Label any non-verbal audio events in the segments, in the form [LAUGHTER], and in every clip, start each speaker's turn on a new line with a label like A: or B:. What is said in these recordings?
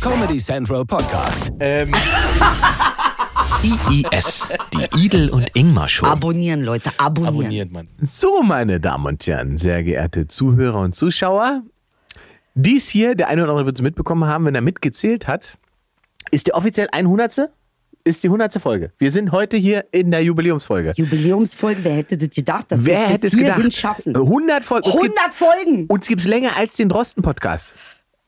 A: Comedy Central Podcast.
B: Ähm,
C: IIS, die Idel und Ingmar Show.
D: Abonnieren, Leute, abonnieren.
B: abonniert man.
E: So, meine Damen und Herren, sehr geehrte Zuhörer und Zuschauer, dies hier, der eine oder andere wird es mitbekommen haben, wenn er mitgezählt hat, ist der offiziell 100. Ist die 100. Folge. Wir sind heute hier in der Jubiläumsfolge.
D: Jubiläumsfolge, wer hätte das gedacht, dass
E: Wer
D: wir
E: hätte
D: das
E: es gedacht?
D: schaffen?
E: 100 Folgen. Uns gibt-
D: 100 Folgen!
E: Uns gibt es länger als den Drosten-Podcast.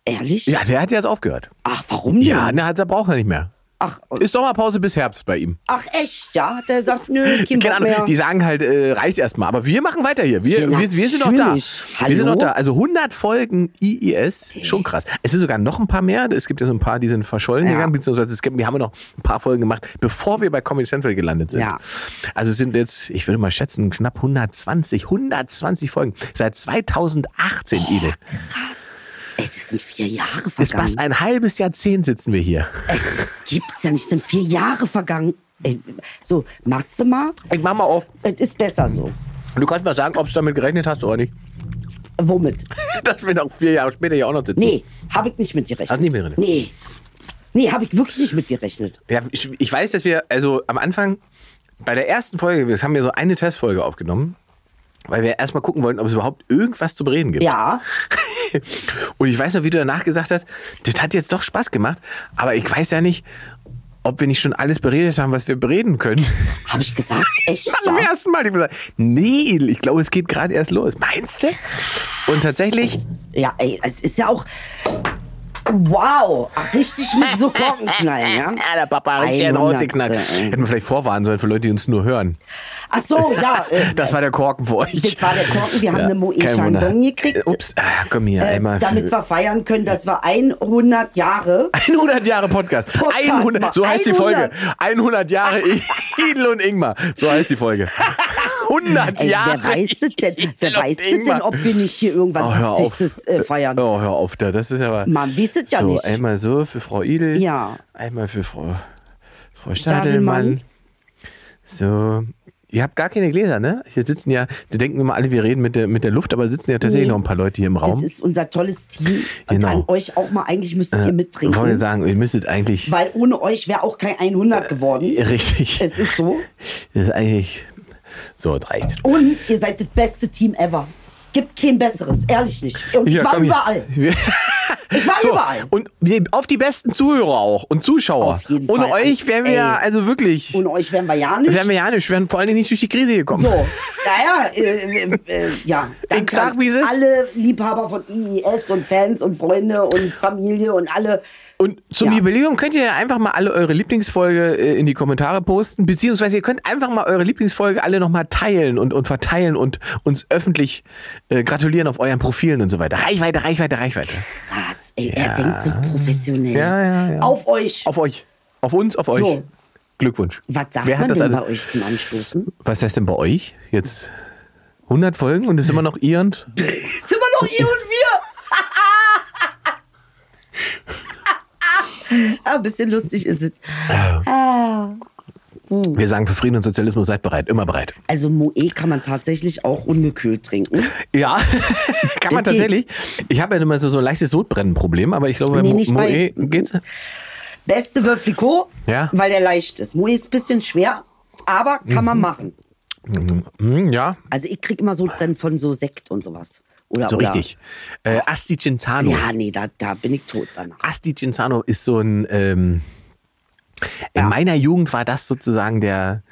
D: Ehrlich?
E: Ja, der hat jetzt aufgehört.
D: Ach, warum denn?
E: Ja, ne, hat er braucht er nicht mehr.
D: Ach,
E: Ist Sommerpause bis Herbst bei ihm.
D: ach, echt, ja? Der sagt, nö, kein
E: Keine
D: Bock
E: Ahnung,
D: mehr.
E: die sagen halt, äh, reicht erstmal. Aber wir machen weiter hier. Wir,
D: Ja,
E: wir, wir sind noch da.
D: natürlich.
E: Wir sind noch
D: Hallo?
E: da. Also 100 Folgen IIS, schon krass. Es sind sogar noch ein paar mehr. Es gibt ja so ein paar, die sind verschollen
D: Ja.
E: gegangen. Beziehungsweise es gibt, wir haben noch ein paar Folgen gemacht, bevor wir bei Comedy Central gelandet sind.
D: Ja.
E: Also es sind jetzt, ich würde mal schätzen, knapp 120, 120 Folgen. Seit 2018, Idel.
D: Ey, das sind vier Jahre
E: Das passt
D: vergangen.
E: ein halbes Jahrzehnt sitzen wir hier.
D: Ey, das gibt's ja nicht, das sind vier Jahre vergangen. Ey, so, machst du mal?
E: Ich mach mal auf.
D: Es ist besser so.
E: Du kannst mal sagen, ob du damit gerechnet hast oder
D: [LAUGHS]
E: nicht.
D: Womit?
E: Dass wir noch vier Jahre später hier auch noch sitzen.
D: Nee, habe ich nicht mitgerechnet.
E: Hast nicht mitgerechnet?
D: Nee. Nee, habe ich wirklich nicht mitgerechnet.
E: Ja, ich, ich weiß, dass wir, also am Anfang, bei der ersten Folge, wir haben ja so eine Testfolge aufgenommen, weil wir erstmal gucken wollten, ob es überhaupt irgendwas zu bereden gibt.
D: Ja,
E: Und ich weiß noch, wie du danach gesagt hast, das hat jetzt doch Spaß gemacht, aber ich weiß ja nicht, ob wir nicht schon alles beredet haben, was wir bereden
D: [LAUGHS]
E: können.
D: habe ich gesagt, echt,
E: Zum
D: ja?
E: ersten Mal. Ich hab gesagt, nee, Edel, ich glaube, es geht gerade erst los. Meinst du? Und tatsächlich,
D: Ja, ey, es ist ja auch. Wow, ach, richtig mit
E: [LAUGHS]
D: so Korkenknallen, ja?
E: ah, der Papa hat richtig einen
D: 100.
E: rausgeknackt. Hätten wir vielleicht vorwarnen sollen für Leute, die uns nur hören.
D: Ach so, ja.
E: [LAUGHS]
D: Äh,
E: Das war der Korken für euch.
D: das war der Korken. Wir haben eine Moe
E: kein Wunder.
D: Chandon gekriegt.
E: Äh, Ups, ah, komm hier,
D: äh,
E: einmal. [LAUGHS]
D: damit wir feiern können, dass wir 100 Jahre.
E: 100 Jahre Podcast.
D: Podcast
E: 100, so heißt die Folge.
D: 100.
E: 100
D: [LAUGHS]
E: Jahre Idel und Ingmar. So heißt die Folge. 100
D: Ey,
E: Jahre.
D: wer weiß das
E: [LAUGHS]
D: denn? Wer
E: Edel und
D: weiß das denn,
E: Ingmar.
D: ob wir nicht hier
E: Oh,
D: irgendwann
E: hör auf.
D: 70. Äh, feiern?
E: Oh, hör auf da. Das ist aber.
D: Man weiß es ja
E: so,
D: nicht.
E: Einmal so für Frau Idel.
D: Ja.
E: Einmal für Frau, Frau
D: Stadelmann.
E: Stadelmann. So. Ihr habt gar keine Gläser, ne? Hier sitzen ja, die denken immer alle, wir reden mit der, mit der Luft, aber es sitzen ja tatsächlich
D: Nee.
E: noch ein paar Leute hier im Raum.
D: Das ist unser tolles Team. Und
E: Genau.
D: an euch auch mal, eigentlich müsstet ihr
E: Ich wollte
D: mittrinken.
E: sagen, ihr müsstet eigentlich.
D: Weil ohne euch wäre auch kein 100 geworden.
E: [LAUGHS] Richtig.
D: Es ist so.
E: Das ist eigentlich. So, das reicht.
D: Und ihr seid das beste Team ever. Gibt kein besseres, ehrlich nicht. Und ich
E: Ja,
D: war
E: komm hier.
D: überall.
E: [LAUGHS] Wir-
D: Ich war
E: So,
D: überall.
E: und wir- auf die besten Zuhörer auch und Zuschauer.
D: Auf jeden
E: Ohne
D: Fall.
E: euch wären wir
D: Ey.
E: ja, also wirklich,
D: Ohne euch wären wir ja nicht.
E: wären wir ja nicht, wären vor allen Dingen nicht durch die Krise gekommen.
D: so, naja, äh, äh, äh, ja. Danke
E: Ich sag,
D: an
E: wie es ist.
D: Alle Liebhaber von IIS und Fans und Freunde und Familie und alle.
E: Und zum
D: Ja.
E: Jubiläum könnt ihr ja einfach mal alle eure Lieblingsfolge äh, in die Kommentare posten, beziehungsweise ihr könnt einfach mal eure Lieblingsfolge alle nochmal teilen und, und verteilen und uns öffentlich äh, gratulieren auf euren Profilen und so weiter. Reichweite, Reichweite, Reichweite.
D: Krass, ey, er denkt so professionell.
E: Ja, ja, ja.
D: Auf euch.
E: Auf euch. Auf uns, auf
D: So.
E: euch. Glückwunsch.
D: Was sagt
E: Wer hat
D: man
E: das
D: denn
E: alles-
D: bei euch zum Anstoßen?
E: Was heißt denn bei euch jetzt? 100 Folgen und ist immer noch irrend?
D: Sind wir noch ihr und wir? Ah, [LAUGHS] Ein bisschen lustig ist es. Ah.
E: Wir sagen für Frieden und Sozialismus seid bereit, immer bereit.
D: Also Moe kann man tatsächlich auch ungekühlt trinken.
E: Ja, [LAUGHS] kann man
D: Das
E: tatsächlich. Ich habe ja immer so, so ein leichtes Sodbrennenproblem, aber ich glaube, bei
D: Nee,
E: Mo-
D: nicht bei-
E: Moe geht's.
D: Beste Würfliko,
E: Ja.
D: weil der leicht ist. Moe ist ein bisschen schwer, aber kann
E: Mhm.
D: man machen.
E: Hm, ja,
D: Also ich krieg immer so Brennen von so Sekt und sowas. Oder,
E: so
D: oder,
E: richtig. Äh, Asti Gentano.
D: Ja, nee, da, da bin ich tot danach.
E: Asti Gentano ist so ein. Ähm, in meiner Jugend war das sozusagen der.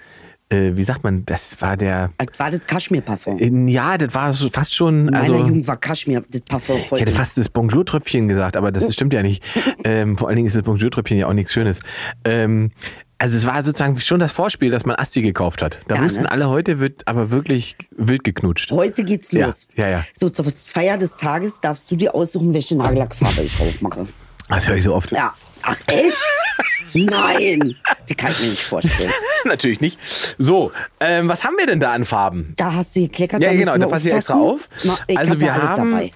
E: Äh, wie sagt man? Das war der.
D: Das war das Kaschmir-Parfum. In
E: In, ja, das war so fast schon.
D: meiner
E: Äh, Also,
D: Jugend war Kaschmir das Parfum voll.
E: Ich hätte
D: drin.
E: fast das Bonjour-Tröpfchen gesagt, aber
D: [LAUGHS]
E: das stimmt ja nicht. Ähm, vor allen Dingen ist das Bonjour-Tröpfchen ja auch nichts Schönes. Ähm, also es war sozusagen schon das Vorspiel, dass man Asti gekauft hat. Da
D: Ja,
E: wussten
D: ne? Oh.
E: alle, heute wird aber wirklich wild geknutscht.
D: Heute geht's
E: Ja,
D: los.
E: ja, ja.
D: So zur Feier des Tages darfst du dir aussuchen, welche Nagellackfarbe ich aufmache.
E: Das höre ich so oft.
D: Ja. Ach echt? Nein, die kann ich mir nicht vorstellen.
E: [LAUGHS] Natürlich nicht. So, ähm, was haben wir denn da an Farben?
D: Da hast du gekleckert.
E: Ja,
D: da
E: genau,
D: müssen wir
E: da pass ich extra
D: aufpassen.
E: auf.
D: Na, ich
E: Also
D: hab
E: wir
D: ja alles
E: haben-
D: dabei.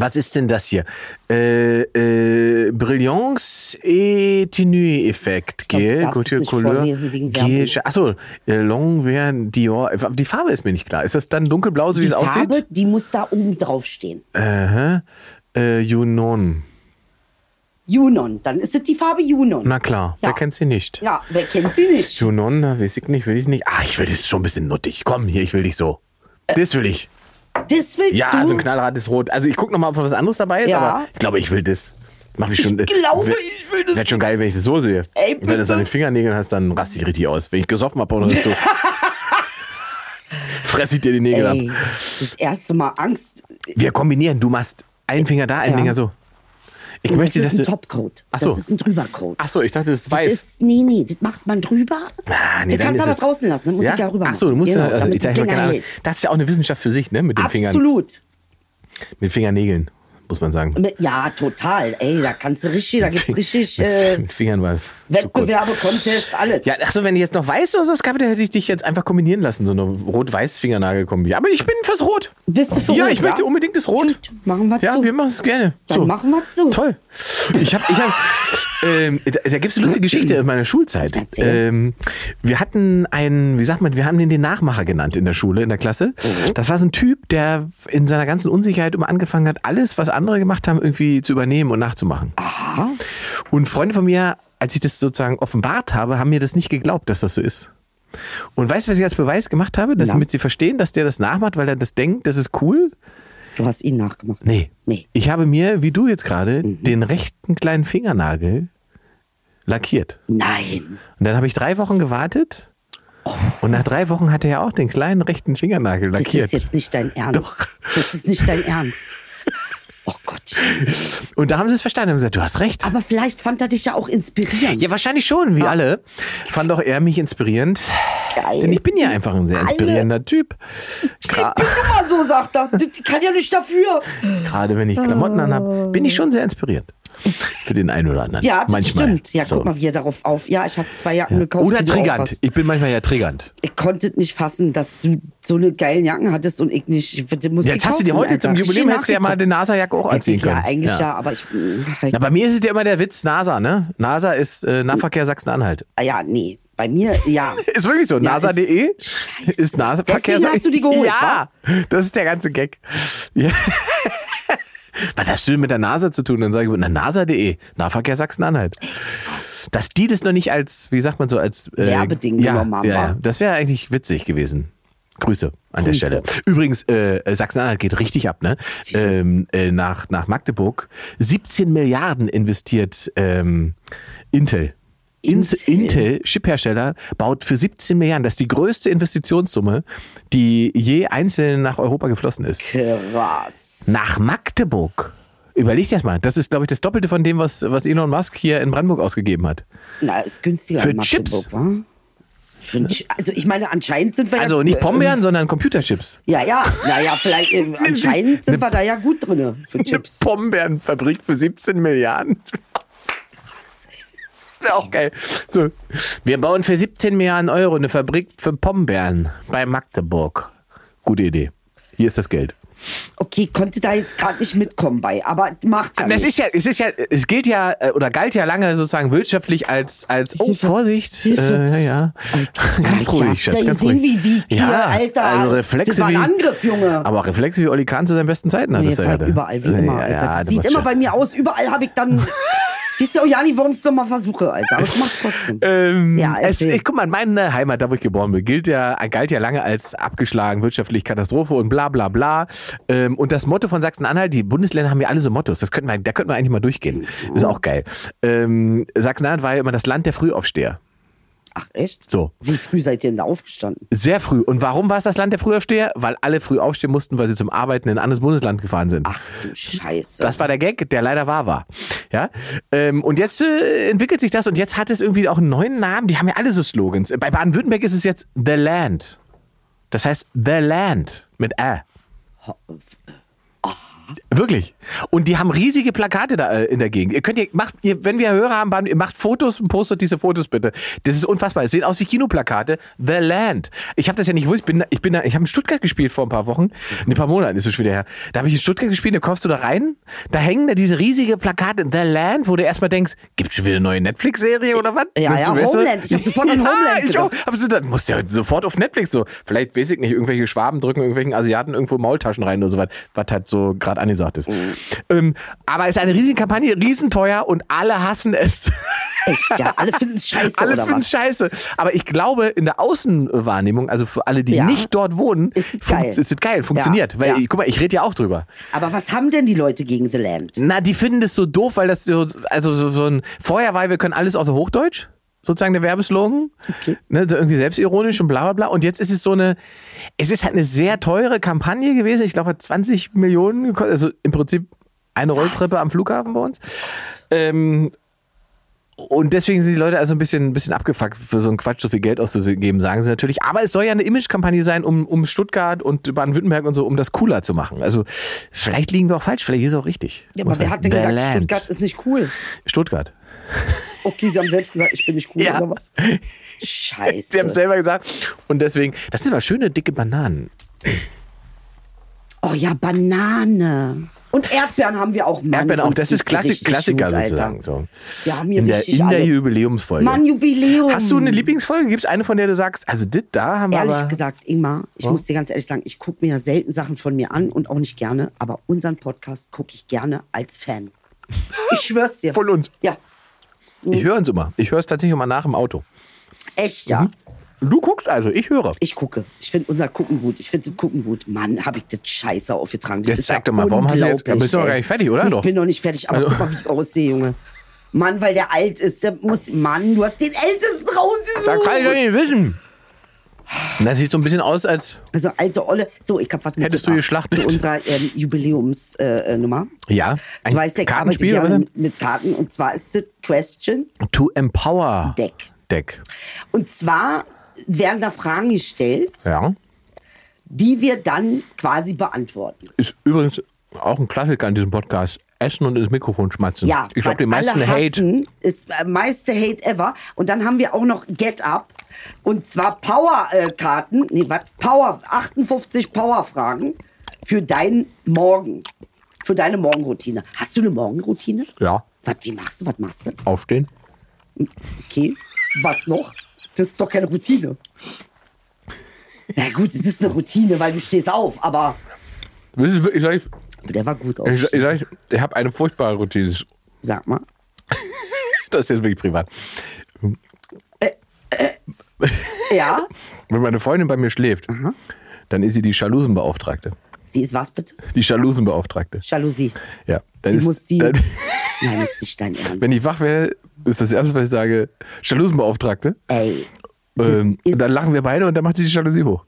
E: Was ist denn das hier? Äh, äh, Brillance et tenue Effekt.
D: glaub, du
E: Gel,
D: darfst es
E: Couture
D: nicht
E: Couleur.
D: vorlesen wegen
E: Gel,
D: Werbung.
E: achso, äh, Longwear Dior. Äh, Die Farbe ist mir nicht klar. Ist das dann dunkelblau, so wie
D: Die
E: es aussieht?
D: Farbe, die muss da oben drauf stehen.
E: Äh, äh, Junon.
D: Junon. Dann ist es die Farbe Junon.
E: Na klar,
D: Ja.
E: wer kennt sie nicht?
D: Ja, wer kennt sie nicht?
E: Junon, da weiß ich nicht, will ich nicht. Ah, ich will das ist schon ein bisschen nuttig. Komm hier, ich will dich so. Das will ich.
D: Das willst
E: Ja,
D: du?
E: also ein Knallrad ist rot. Also ich gucke nochmal, ob was anderes dabei ist,
D: Ja.
E: aber ich glaube, ich will das. Mach mich schon, ich
D: glaube, ich will das
E: Wäre schon geil, wenn ich das so sehe.
D: Ey,
E: wenn du das
D: bitte.
E: an den Fingernägeln hast, dann raste ich richtig aus. Wenn ich gesoffen habe, oder
D: [LAUGHS]
E: so. Fress ich dir die Nägel
D: Ey,
E: ab.
D: das erste Mal Angst.
E: Wir kombinieren. Du machst einen Finger da, einen
D: Ja.
E: Finger so. Ich möchte,
D: das
E: dass
D: ist ein
E: du.
D: Topcoat.
E: Ach so.
D: Das ist ein Drübercoat.
E: Achso, ich dachte, das ist
D: Das
E: weiß.
D: ist, nee, nee, das macht man drüber.
E: Ah, nee,
D: du
E: dann
D: kannst
E: ist
D: aber
E: es-
D: draußen lassen, dann muss ich ja rüber
E: Ach so, du
D: machen.
E: musst
D: Genau,
E: ja, also,
D: damit
E: ich sag
D: die
E: mal, keine
D: Dinger
E: Ahnung.
D: hält.
E: Das ist ja auch eine Wissenschaft für sich, ne? Mit den Fingern,
D: Absolut.
E: mit Fingernägeln, muss man sagen.
D: Mit- Ja, total. Ey, da kannst du richtig, da gibt's richtig
E: mit,
D: äh,
E: mit Fingern mal.
D: Wettbewerbe, Contest, alles.
E: Ja, achso, wenn ich jetzt noch weiß oder so, es gab, dann hätte ich dich jetzt einfach kombinieren lassen, so eine Rot-Weiß-Fingernagel-Kombi. Aber ich bin fürs Rot.
D: Bist du für
E: Ja,
D: rot,
E: ich möchte
D: ja?
E: unbedingt das Rot.
D: Gut, machen wir
E: Ja,
D: zu.
E: wir machen es gerne.
D: Dann machen wir so.
E: Toll. Ich habe, ich hab, ähm, da, da gibt es eine lustige Geschichte aus meiner Schulzeit.
D: Hm. Erzähl.
E: Ähm, wir hatten einen, wie sagt man, wir haben den den Nachmacher genannt in der Schule, in der Klasse.
D: Mhm.
E: Das war so ein Typ, der in seiner ganzen Unsicherheit immer angefangen hat, alles, was andere gemacht haben, irgendwie zu übernehmen und nachzumachen. Und Freunde von mir, als ich das sozusagen offenbart habe, haben mir das nicht geglaubt, dass das so ist. Und weißt du, was ich als Beweis gemacht habe? Dass,
D: Na?
E: damit sie verstehen, dass der das nachmacht, weil er das denkt, das ist cool.
D: Du hast ihn nachgemacht.
E: Nee.
D: Nee. Mhm.
E: Ich habe mir, wie du jetzt gerade, den rechten kleinen Fingernagel lackiert.
D: Nein.
E: Und dann habe ich drei Wochen gewartet. Und nach drei Wochen hatte er auch den kleinen rechten Fingernagel
D: Oh. Das
E: lackiert.
D: ist jetzt nicht dein Ernst.
E: Doch.
D: Das ist nicht dein Ernst. Oh Gott.
E: Und da haben sie es verstanden. Haben gesagt, du hast recht.
D: Aber vielleicht fand er dich ja auch inspirierend.
E: ja, wahrscheinlich schon,
D: Ah.
E: wie alle. Fand auch er mich inspirierend.
D: Geil.
E: Denn ich bin ja einfach ein sehr
D: Äh, Alle.
E: inspirierender Typ. Gra
D: Ich bin nun mal so, sagt er. Ich kann ja nicht dafür.
E: gerade wenn ich
D: Ah.
E: Klamotten anhabe, bin ich schon sehr inspirierend. Für den einen oder anderen.
D: Ja, das
E: manchmal.
D: stimmt. Ja,
E: So.
D: guck mal wieder darauf auf. Ja, ich habe zwei Jacken gekauft.
E: Oder
D: die du auch
E: triggernd.
D: hast.
E: Ich bin manchmal ja triggernd.
D: Ich konnte nicht fassen, dass du so eine geile Jacken hattest und ich nicht. Ich die muss
E: Jetzt hast du die heute zum Jubiläum, hättest du ja mal die NASA-Jacke auch anziehen
D: anziehen
E: können.
D: Ja, eigentlich ja, aber ich. hm,
E: Na, bei mir ist es ja immer der Witz NASA, ne? NASA ist äh, Nahverkehr Sachsen-Anhalt.
D: Ah ja, nee. Bei mir,
E: [LAUGHS]
D: ja.
E: Ist wirklich so. NASA.de ist Nahverkehr
D: Deswegen hast du die geholt,
E: Ja, das ist der ganze Gag. Ja. [LAUGHS] Was hast du denn mit der NASA zu tun? Dann sage ich, na, NASA.de, Nahverkehr Sachsen-Anhalt. Dass die das noch nicht als, wie sagt man so, als äh,
D: Werbeding
E: ja,
D: genommen haben,
E: Ja,
D: wa?
E: ja. Das wäre eigentlich witzig gewesen. Grüße an
D: Grüße.
E: der Stelle. Übrigens, äh, Sachsen-Anhalt geht richtig ab, ne? Ähm, äh, nach, nach Magdeburg. 17 Milliarden investiert ähm, Intel. Ins,
D: Intel.
E: Intel, Chiphersteller, baut für 17 Milliarden. Das ist die größte Investitionssumme, die je einzeln nach Europa geflossen ist.
D: Krass.
E: Nach Magdeburg. Überleg dir das mal. Das ist, glaube ich, das Doppelte von dem, was, was Elon Musk hier in Brandenburg ausgegeben hat.
D: Na, ist günstiger
E: Für
D: in Magdeburg,
E: Chips?
D: wa? Für ein Chi- Also ich meine, anscheinend sind wir
E: Also
D: ja,
E: nicht Pombeeren, sondern Computerchips.
D: Ja, ja, naja,
E: [LAUGHS]
D: vielleicht äh, anscheinend sind wir da ja gut drin für Chips.
E: Pombeerenfabrik für 17 Milliarden. Wäre [LAUGHS] auch geil. So. Wir bauen für 17 Milliarden Euro eine Fabrik für Pombeeren bei Magdeburg. Gute Idee. Hier ist das Geld.
D: Okay, konnte da jetzt gerade nicht mitkommen bei, aber macht ja
E: Das ist
D: nichts.
E: ja, es ist ja, es gilt ja äh, oder galt ja lange sozusagen wirtschaftlich als, als oh, Vorsicht, äh, ja, ja. Ganz
D: Ja,
E: ruhig,
D: ja,
E: Schatz,
D: da
E: ganz
D: sehen
E: ruhig.
D: wir, wie hier, Alter,
E: Also Reflexe
D: das war ein
E: wie,
D: Angriff, Junge.
E: Aber Reflexe wie Oli Kahn zu seinen besten Zeiten hat
D: Nee,
E: das
D: jetzt
E: er
D: halt
E: hatte.
D: überall, wie immer,
E: Ja,
D: Alter.
E: ja,
D: das
E: du
D: sieht
E: machst
D: immer
E: schon.
D: bei mir aus, überall habe ich dann.
E: [LAUGHS]
D: Siehst du, Jani, warum ich es nochmal versuche, Alter? Aber ich mach's trotzdem.
E: Ähm,
D: Ja,
E: es,
D: erzähl.
E: ich, guck mal, meine Heimat, da wo ich geboren bin, gilt ja, galt ja lange als abgeschlagen, wirtschaftlich Katastrophe und bla bla bla. Ähm, und das Motto von Sachsen-Anhalt, die Bundesländer haben ja alle so Mottos, das könnten wir, da könnten wir eigentlich mal durchgehen. Ist auch geil. Ähm, Sachsen-Anhalt war ja immer das Land der Frühaufsteher.
D: Ach, echt?
E: So.
D: Wie früh seid ihr denn da aufgestanden?
E: Sehr früh. Und warum war es das Land der Frühaufsteher? Weil alle früh aufstehen mussten, weil sie zum Arbeiten in ein anderes Bundesland gefahren sind.
D: Ach du Scheiße.
E: Das war der Gag, der leider wahr war. Ja? Ähm, und jetzt äh, entwickelt sich das und jetzt hat es irgendwie auch einen neuen Namen. Die haben ja alle so Slogans. Bei Baden-Württemberg ist es jetzt The Land. Das heißt The Land mit Ä. Wirklich. Und die haben riesige Plakate da äh, in der Gegend. Ihr könnt ihr, macht, ihr, wenn wir Hörer haben, Baden, ihr macht Fotos und postet diese Fotos bitte. Das ist unfassbar. Es sehen aus wie Kinoplakate. The Land. Ich habe das ja nicht gewusst. Ich bin, da- ich bin da, ich habe in Stuttgart gespielt vor ein paar Wochen. In ein paar Monaten ist es schon wieder her. Da habe ich in Stuttgart gespielt, da kommst du da rein, da hängen da diese riesige Plakate The Land, wo du erstmal denkst, gibt's schon wieder eine neue Netflix-Serie oder was?
D: Ja,
E: Bist
D: ja,
E: weißt
D: Homeland. Ich hab sofort
E: [LAUGHS]
D: an
E: ja,
D: Homeland
E: Ich
D: gedacht.
E: auch. Hab so, dann musst du ja sofort auf Netflix so. Vielleicht weiß ich nicht, irgendwelche Schwaben drücken irgendwelchen Asiaten irgendwo Maultaschen rein oder so was. Was halt so gerade angesagt sagtest.
D: Mhm.
E: Ähm, aber es ist eine riesige Kampagne, riesenteuer und alle hassen es.
D: Echt, ja. Alle finden es scheiße
E: [LAUGHS] alle
D: oder
E: finden
D: was?
E: es scheiße. Aber ich glaube, in der Außenwahrnehmung, also für alle, die
D: Ja.
E: nicht dort wohnen,
D: Ist es
E: fun-
D: geil.
E: ist es geil, funktioniert.
D: Ja,
E: Weil,
D: ja.
E: guck mal, ich rede ja auch drüber.
D: Aber was haben denn die Leute gegen The Land?
E: Na, die finden das so doof, weil das so, also so, so ein, vorher war, wir können alles außer Hochdeutsch, sozusagen der Werbeslogan.
D: Okay.
E: Ne, so irgendwie selbstironisch und bla bla bla. Und jetzt ist es so eine, es ist halt eine sehr teure Kampagne gewesen. Ich glaube, hat 20 Millionen gekostet. Also im Prinzip eine Rolltreppe am Flughafen bei uns. Ähm, und deswegen sind die Leute also ein bisschen, ein bisschen abgefuckt, für so einen Quatsch so viel Geld auszugeben, sagen sie natürlich. Aber es soll ja eine Imagekampagne sein, um, um Stuttgart und Baden-Württemberg und so, um das cooler zu machen. Also vielleicht liegen wir auch falsch, vielleicht ist es auch richtig.
D: Ja, aber
E: Muss
D: wer
E: man-
D: hat denn
E: The
D: gesagt,
E: Land.
D: Stuttgart ist nicht cool?
E: Stuttgart.
D: Okay, sie haben selbst gesagt, ich bin nicht cool
E: Ja.
D: oder was?
E: Sie haben
D: Scheiße.
E: selber gesagt. Und deswegen, das sind mal schöne, dicke Bananen.
D: Oh ja, Banane. Und Erdbeeren haben wir auch, Mann.
E: Erdbeeren auch,
D: uns
E: das ist
D: geht's
E: Klassi-
D: hier richtig
E: Klassiker
D: gut, Alter.
E: sozusagen. So.
D: Wir haben hier
E: In der,
D: richtig
E: in der
D: alle.
E: Jubiläumsfolge.
D: Mann, Jubiläum.
E: Hast du eine Lieblingsfolge? Gibt es eine, von der du sagst, also das da haben wir
D: Ehrlich
E: aber...
D: gesagt, Ingmar, ich
E: Hm?
D: muss dir ganz ehrlich sagen, ich gucke mir ja selten Sachen von mir an und auch nicht gerne, aber unseren Podcast gucke ich gerne als Fan. Ich schwör's dir.
E: Von uns.
D: Ja,
E: Ich höre es immer. Ich höre es tatsächlich immer nach im Auto.
D: echt,
E: Mhm.
D: ja.
E: Du guckst also, ich höre.
D: Ich gucke. Ich finde unser Gucken gut. Ich finde das Gucken gut. Mann, habe ich das scheiße aufgetragen. Das
E: Jetzt
D: ist
E: sag
D: ja
E: doch mal, warum hast du jetzt-
D: unglaublich,
E: bist du noch
D: ey.
E: gar nicht fertig, oder?
D: Ich
E: Doch. Also-
D: bin noch nicht fertig, aber guck mal, wie ich aussehe, Junge. Mann, weil der alt ist, der muss. Mann, du hast den Ältesten
E: Da kann ich doch
D: rausgesucht.
E: nicht wissen. Das sieht so ein bisschen aus, als.
D: Also alte Olle. So, ich hab was
E: Hättest du
D: mitgebracht
E: geschlachtet.
D: Zu unserer ähm, Jubiläumsnummer. Äh, Nummer.
E: Ja,
D: Du weißt, ich arbeite
E: Kartenspiel
D: gerne
E: oder?
D: mit, mit Karten und zwar ist das Question
E: To Empower
D: Deck.
E: Deck.
D: Und zwar werden da Fragen gestellt,
E: Ja.
D: die wir dann quasi beantworten.
E: Ist übrigens auch ein Klassiker in diesem Podcast. Essen und ins Mikrofon schmatzen.
D: Ja,
E: ich glaube, die
D: was
E: meisten
D: alle
E: Hate.
D: hassen, ist äh, meiste Hate ever. Und dann haben wir auch noch Get Up und zwar Power-Karten, nee, was? Power, 58 Power-Fragen für deinen Morgen, für deine Morgenroutine. Hast du eine Morgenroutine?
E: Ja,
D: Was, wie machst du, was machst du?
E: aufstehen.
D: Okay, was noch? Das ist doch keine Routine. Na gut, es ist eine Routine, weil du stehst auf, aber
E: Wisst ihr, Ich, sag, ich,
D: der war gut auf.
E: ich, ich, sag, ich, ich habe eine furchtbare Routine.
D: Sag mal.
E: Das ist jetzt wirklich privat.
D: Ja,
E: Wenn meine Freundin bei mir schläft,
D: Mhm.
E: dann ist sie die Schalusenbeauftragte.
D: sie ist was bitte?
E: Die Schalusenbeauftragte.
D: Jalousie.
E: Ja. Dann
D: Sie
E: ist-
D: muss sie.
E: Dann,
D: Nein, ist nicht dein Ernst.
E: Wenn ich wach wäre, ist das erste, was ich sage, Jalousenbeauftragte.
D: Ey, das
E: Ähm,
D: ist
E: dann lachen wir beide und dann macht sie die Jalousie hoch.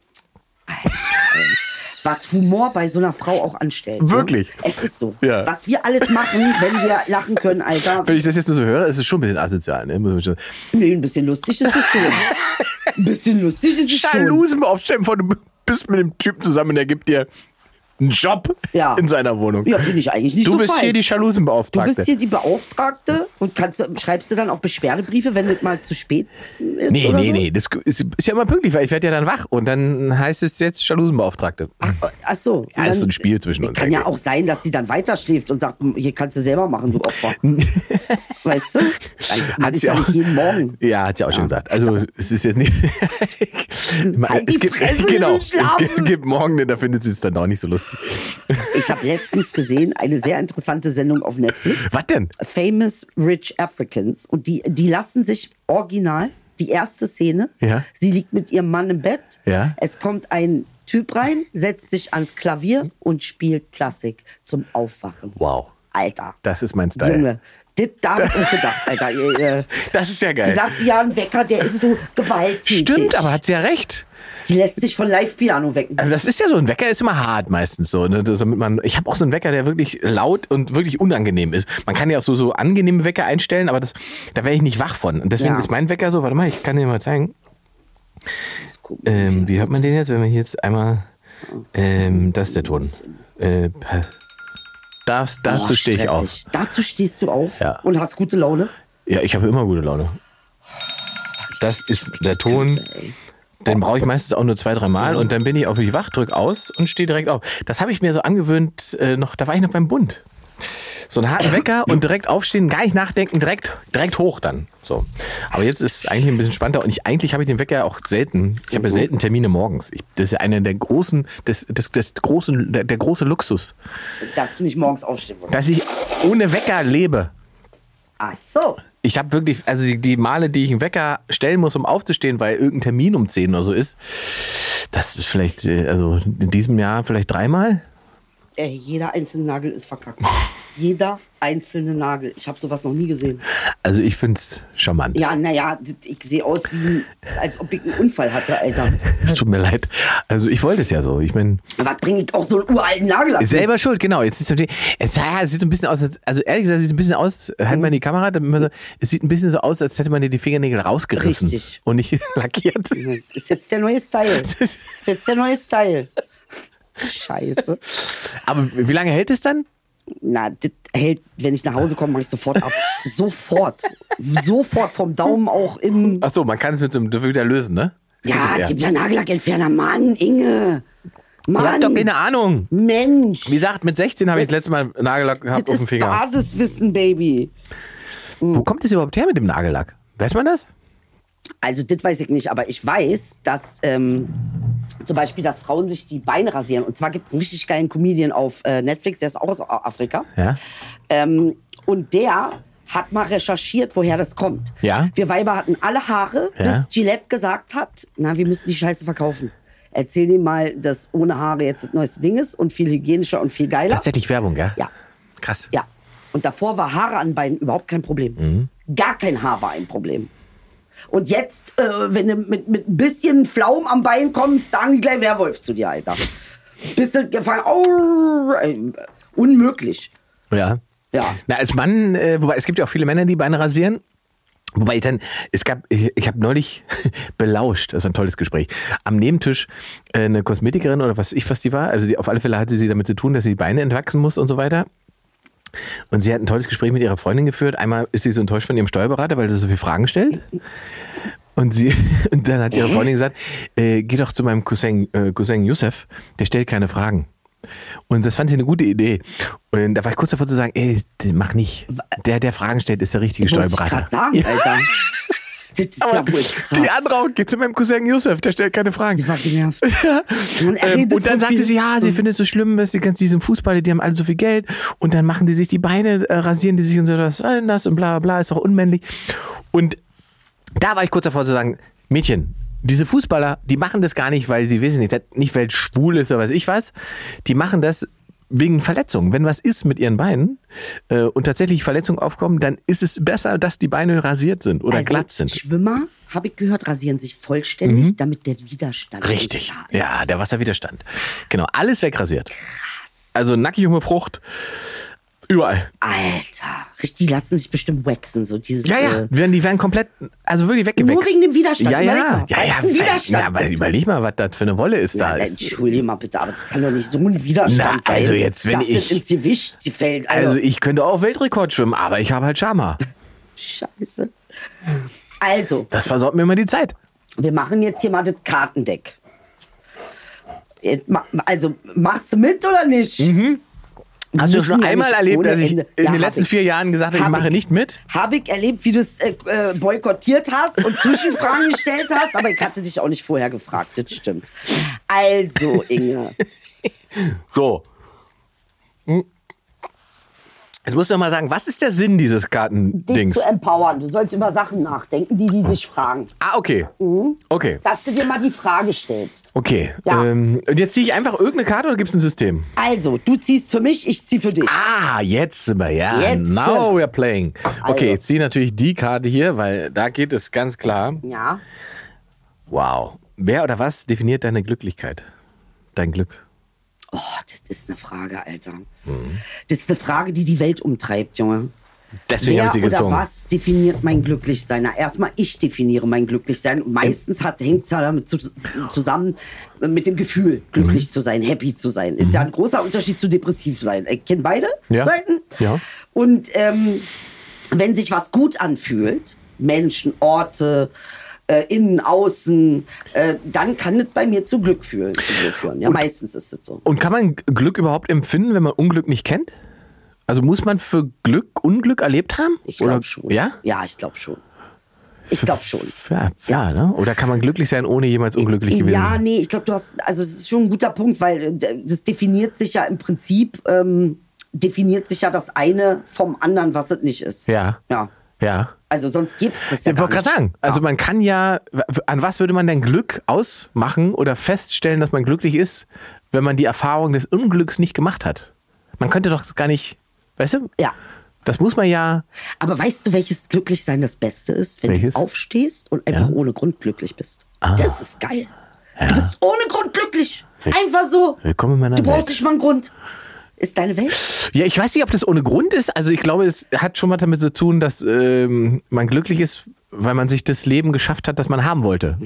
D: was Humor bei so einer Frau auch anstellt. ne?
E: Wirklich?
D: Es ist so.
E: Ja.
D: Was wir alles machen, wenn wir lachen können, Alter.
E: Wenn ich das jetzt nur so höre, ist es schon ein bisschen asozial. Ne? Muss man schon-
D: Nee, ein bisschen lustig ist es schon. Ein bisschen lustig ist es schon.
E: Jalousenbeauftragte, vor du bist mit dem Typen zusammen, der gibt dir einen Job
D: Ja.
E: in seiner Wohnung.
D: Ja, finde ich eigentlich nicht
E: du
D: so
E: bist
D: falsch.
E: hier die
D: Du
E: Jalousenbeauftragte.
D: bist hier die Beauftragte und kannst, schreibst du dann auch Beschwerdebriefe, wenn das mal zu spät ist?
E: Nee,
D: oder
E: nee,
D: so?
E: nee, das ist, ist ja immer pünktlich, weil ich werde ja dann wach und dann heißt es jetzt Jalousenbeauftragte.
D: Ach so. und
E: Ja, ist so
D: dann-
E: ein Spiel zwischen uns
D: Kann ja
E: eigentlich.
D: auch sein, dass sie dann weiterschläft und sagt, "Hm, hier kannst du selber machen, du
E: [LAUGHS]
D: Opfer. weißt du? Also, man
E: Hat
D: ist
E: sie
D: ja
E: auch-
D: nicht jeden Morgen.
E: Ja, hat sie auch schon gesagt. Also es ist jetzt
D: [LAUGHS]
E: nicht.
D: Halt die Fresse,
E: genau,
D: du
E: es
D: Schlafen!
E: gibt, gibt morgen, denn da findet sie es dann auch nicht so lustig.
D: Ich habe letztens gesehen, eine sehr interessante Sendung auf Netflix.
E: Was
D: [LAUGHS]
E: denn?
D: Famous Rich Africans. Und die, die lassen sich original, die erste Szene,
E: Ja.
D: sie liegt mit ihrem Mann im Bett.
E: Ja.
D: Es kommt ein Typ rein, setzt sich ans Klavier und spielt Klassik zum Aufwachen.
E: Wow.
D: Alter.
E: Das ist mein Style.
D: Junge, das da hab ich uns gedacht, Alter. Ihr, ihr-
E: Das ist ja
D: Die
E: geil.
D: sagt, ja, ein Wecker, der ist so gewalttätig.
E: Stimmt, aber hat sie ja recht.
D: Die lässt sich von Live-Piano wecken.
E: Also das ist ja so ein Wecker, ist immer hart meistens so. Ne? Das, damit man, ich habe auch so einen Wecker, der wirklich laut und wirklich unangenehm ist. Man kann ja auch so, so angenehme Wecker einstellen, aber das, da wäre ich nicht wach von. Und deswegen
D: Ja.
E: ist mein Wecker so, warte mal, ich kann dir mal zeigen.
D: Das gucken wir
E: Ähm, wie hört man den jetzt, wenn man hier jetzt einmal. Ähm, das ist der Ton. Äh, das,
D: Boah,
E: dazu stehe ich auf.
D: stressig. Dazu stehst du auf
E: Ja.
D: und hast gute Laune.
E: Ja, ich habe immer gute Laune. Das ist der Ton.
D: Könnte, ey.
E: Den brauche ich meistens auch nur zwei, drei Mal und dann bin ich auf mich wach, drück aus und stehe direkt auf. Das habe ich mir so angewöhnt, äh, noch, da war ich noch beim Bund. so einen harten Wecker und direkt aufstehen, gar nicht nachdenken, direkt, direkt hoch dann. So. Aber jetzt ist es eigentlich ein bisschen spannender und ich, eigentlich habe ich den Wecker auch selten. Ich habe ja selten Termine morgens. Ich, das ist ja einer der großen, des, des, des großen, der, der große Luxus,
D: dass du nicht morgens aufstehen musst.
E: dass ich ohne Wecker lebe.
D: Ach so.
E: Ich habe wirklich, also die, die Male, die ich einen Wecker stellen muss, um aufzustehen, weil irgendein Termin um 10 oder so ist, das ist vielleicht, äh, also in diesem Jahr vielleicht dreimal.
D: Ey, Äh, jeder einzelne Nagel
E: [LAUGHS]
D: ist verkackt. jeder einzelne Nagel. Ich habe sowas noch nie gesehen.
E: Also ich finde es charmant.
D: Ja, naja, ich sehe aus, wie, als ob ich einen Unfall hatte, Alter.
E: Es tut mir leid. Also ich wollte es ja so. Ich meine,
D: Was bringe ich auch so einen uralten Nagel ab?
E: selber schuld, genau. Jetzt ist natürlich- es, ja, es sieht so ein bisschen aus, als- also ehrlich gesagt, es sieht ein bisschen aus, halt
D: Mhm.
E: mal in die Kamera, damit man so, es sieht ein bisschen so aus, als hätte man dir die Fingernägel rausgerissen
D: Richtig.
E: und nicht [LAUGHS] lackiert.
D: Ist jetzt der
E: [LAUGHS]
D: neue Style. Ist jetzt der neue Style. Scheiße.
E: Aber wie lange hält es dann?
D: Na, das hält, wenn ich nach Hause komme, mache ich sofort ab. Sofort. Sofort. Vom Daumen auch in.
E: Ach so, man kann es mit so einem wieder lösen, ne?
D: Ja,
E: Ja.
D: gib mir einen Nagellackentferner. Mann, Inge.
E: Ich hab
D: Mann.
E: doch keine Ahnung.
D: Mensch.
E: Wie gesagt, mit 16 habe ich das letzte Mal Nagellack gehabt auf
D: das
E: dem
D: ist
E: Finger.
D: Basiswissen, Baby.
E: Wo kommt das überhaupt her mit dem Nagellack? Weiß man das?
D: Also, das weiß ich nicht, aber ich weiß, dass ähm, zum Beispiel, dass Frauen sich die Beine rasieren. Und zwar gibt es einen richtig geilen Comedian auf äh, Netflix, der ist auch aus Afrika.
E: Ja.
D: Ähm, und der hat mal recherchiert, woher das kommt.
E: Ja.
D: Wir Weiber hatten alle Haare,
E: Ja.
D: bis Gillette gesagt hat, na, wir müssen die Scheiße verkaufen. Erzähl ihm mal, dass ohne Haare jetzt das neueste Ding ist und viel hygienischer und viel geiler.
E: Tatsächlich Werbung, gell?
D: Ja.
E: Krass.
D: ja. Und davor war Haare an Beinen überhaupt kein Problem.
E: Mhm.
D: Gar kein Haar war ein Problem. Und jetzt, äh, wenn du mit, mit ein bisschen Pflaumen am Bein kommst, sagen die gleich Werwolf zu dir, Alter. Bist du gefangen? Oh, äh, unmöglich.
E: Ja.
D: Ja.
E: Na, als Mann, äh, wobei es gibt ja auch viele Männer, die Beine rasieren. Wobei ich dann, es gab, ich, ich habe neulich [LAUGHS] belauscht, das war ein tolles Gespräch, am Nebentisch äh, eine Kosmetikerin oder was ich, was die war, also die, auf alle Fälle hatte sie damit zu tun, dass sie die Beine entwachsen muss und so weiter. Und sie hat ein tolles Gespräch mit ihrer Freundin geführt. Einmal ist sie so enttäuscht von ihrem Steuerberater, weil er so viele Fragen stellt. Und, sie, [LAUGHS] und dann hat ihre Freundin gesagt, äh, geh doch zu meinem Cousin, äh, Cousin Youssef, der stellt keine Fragen. Und das fand sie eine gute Idee. Und da war ich kurz davor zu sagen, ey, den mach nicht. Der, der Fragen stellt, ist der richtige
D: Wollte ich
E: Steuerberater.
D: gerade sagen, Alter. Das ist ja wohl krass.
E: Die andere auch, geh zu meinem Cousin Youssef, der stellt keine Fragen.
D: Sie
E: [LAUGHS]
D: war genervt.
E: Ähm,
D: Man erredet
E: und dann
D: so
E: sagte
D: viel.
E: sie, ja, sie findet es so schlimm, dass die ganzen diesen Fußballer, die haben alle so viel Geld und dann machen die sich die Beine, äh, rasieren die sich und so das, äh, das und bla bla, ist doch unmännlich. Und da war ich kurz davor zu sagen, Mädchen, diese Fußballer, die machen das gar nicht, weil sie wissen nicht, nicht weil es schwul ist oder weiß ich was, die machen das wegen Verletzungen. Wenn was ist mit ihren Beinen äh, und tatsächlich Verletzungen aufkommen, dann ist es besser, dass die Beine rasiert sind oder
D: Also,
E: glatt sind. Mhm.
D: Schwimmer, habe ich gehört, rasieren sich vollständig, damit der Widerstand
E: Richtig.
D: nicht da ist.
E: Ja, der Wasserwiderstand. Genau, alles wegrasiert. Krass. Also nackig junge Frucht. Überall.
D: Alter, richtig, die lassen sich bestimmt waxen, so dieses.
E: Ja, ja.
D: äh,
E: Werden, die werden komplett, also wirklich weggewächst.
D: Nur wegen dem Widerstand,
E: Ja,
D: überleg
E: ja.
D: mal.
E: ja,
D: Weil
E: ja,
D: es ein
E: weil-
D: Widerstand
E: Ja, aber überleg mal, was das für eine Wolle ist da.
D: Nein,
E: Ist-
D: entschuldige mal bitte, aber das kann doch nicht so ein Widerstand
E: Na,
D: sein,
E: also jetzt, wenn
D: dass
E: ich-
D: das ins Gewicht fällt.
E: Also ich könnte auch Weltrekord schwimmen, aber ich habe halt Schama.
D: Scheiße. Also,
E: Das versaut mir immer die Zeit.
D: wir machen jetzt hier mal das Kartendeck. Jetzt ma- Also, machst du mit oder nicht?
E: Mhm. Hast du
D: müssen
E: schon
D: ja
E: einmal
D: Also nicht
E: erlebt,
D: ohne
E: dass ich
D: Ende-
E: in
D: Ja,
E: den
D: hab
E: letzten
D: ich.
E: vier Jahren gesagt habe, ich
D: Hab
E: mache nicht mit?
D: Habe ich erlebt, wie du es äh, äh, boykottiert hast und Zwischenfragen gestellt hast, aber ich hatte dich auch nicht vorher gefragt, das stimmt. Also, Inge,
E: So. Hm. Jetzt musst du noch mal sagen, was ist der Sinn dieses
D: dich
E: Kartendings?
D: zu empowern. Du sollst über Sachen nachdenken, die die dich fragen.
E: Ah, okay. Okay.
D: Dass du dir mal die Frage stellst.
E: Okay.
D: Ja.
E: Ähm, und jetzt ziehe ich einfach irgendeine Karte oder gibt es ein System?
D: Also, du ziehst für mich, ich zieh für dich.
E: Ah, jetzt sind wir, ja.
D: Jetzt.
E: Now we're playing.
D: Also.
E: Okay, jetzt ziehe natürlich die Karte hier, weil da geht es ganz klar.
D: Ja.
E: Wow. Wer oder was definiert deine Glücklichkeit? Dein Glück.
D: Oh, das ist eine Frage, Alter. Das ist eine Frage, die die Welt umtreibt, Junge.
E: Deswegen habe ich sie
D: Wer oder
E: gezogen.
D: was definiert mein Glücklichsein? Na, erstmal ich definiere mein Glücklichsein. Und Meistens hat, hängt es ja damit zu, zusammen äh, mit dem Gefühl, glücklich
E: Mhm.
D: zu sein, happy zu sein. Ist ja ein großer Unterschied zu depressiv sein. Ich kenne beide
E: Ja.
D: Seiten.
E: Ja.
D: Und ähm, wenn sich was gut anfühlt, Menschen, Orte, äh, innen, außen, äh, dann kann das bei mir zu Glück fühlen, führen. Ja, meistens ist es so.
E: Und kann man Glück überhaupt empfinden, wenn man Unglück nicht kennt? Also muss man für Glück Unglück erlebt haben?
D: Ich glaube
E: Oder-
D: schon.
E: Ja?
D: Ja, ich glaube schon. Ich glaube schon.
E: Ja, ja, ne? Oder kann man glücklich sein, ohne jemals unglücklich gewesen zu
D: Ja,
E: sein?
D: nee, ich glaube, du hast, also es ist schon ein guter Punkt, weil äh, das definiert sich ja im Prinzip, ähm, definiert sich ja das eine vom anderen, was es nicht ist.
E: Ja.
D: Ja.
E: Ja.
D: Also sonst gibt es das ja.
E: Ich
D: Gar
E: wollte gerade
D: nicht. Ah.
E: sagen, also man kann ja, an was würde man denn Glück ausmachen oder feststellen, dass man glücklich ist, wenn man die Erfahrung des Unglücks nicht gemacht hat? Man könnte doch gar nicht, weißt du?
D: Ja.
E: Das muss man ja,
D: Aber weißt du, welches Glücklichsein das Beste ist? Wenn
E: Welches? Ah.
D: du aufstehst und einfach ohne Grund glücklich bist. Das ist geil. Du bist ohne Grund glücklich. Einfach so.
E: Willkommen in meiner
D: Du brauchst
E: Welt.
D: nicht mal einen Grund. Ist deine Welt?
E: Ja, ich weiß nicht, ob das ohne Grund ist. Also ich glaube, es hat schon was damit zu tun, dass ähm, man glücklich ist, weil man sich das Leben geschafft hat, das man haben wollte.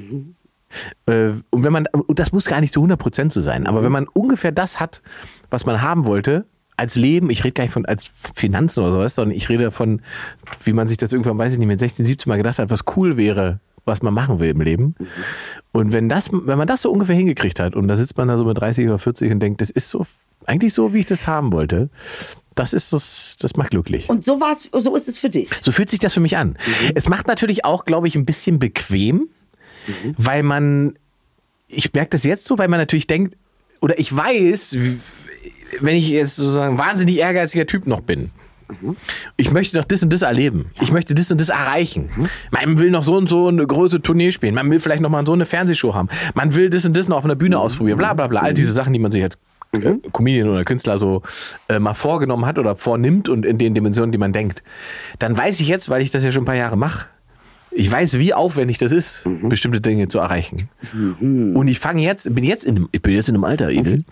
E: Äh, und wenn man, und das muss gar nicht zu 100% so sein, aber wenn man ungefähr das hat, was man haben wollte, als Leben, ich rede gar nicht von als Finanzen oder sowas, sondern ich rede von, wie man sich das irgendwann, weiß ich nicht, mit 16, 17 Mal gedacht hat, was cool wäre, was man machen will im Leben. Und wenn das, wenn man das so ungefähr hingekriegt hat und da sitzt man da so mit 30 oder 40 und denkt, das ist so eigentlich so, wie ich das haben wollte, das ist das, das macht glücklich.
D: Und so, war's, so ist es für dich.
E: So fühlt sich das für mich an. Es macht natürlich auch, glaube ich, ein bisschen bequem, weil man, ich merke das jetzt so, weil man natürlich denkt, oder ich weiß, wie- wenn ich jetzt sozusagen wahnsinnig ehrgeiziger Typ noch bin. Ich möchte noch das und das erleben. Ich möchte das und das erreichen. Hm? Man will noch so und so eine große Tournee spielen. Man will vielleicht noch mal so eine Fernsehshow haben. Man will das und das noch auf einer Bühne ausprobieren. Bla bla bla. All diese Sachen, die man sich als äh, Comedian oder Künstler so äh, mal vorgenommen hat oder vornimmt und in den Dimensionen, die man denkt. Dann weiß ich jetzt, weil ich das ja schon ein paar Jahre mache, ich weiß, wie aufwendig das ist, bestimmte Dinge zu erreichen. Und ich fange jetzt, bin jetzt in einem, ich bin jetzt in einem Alter, Edel,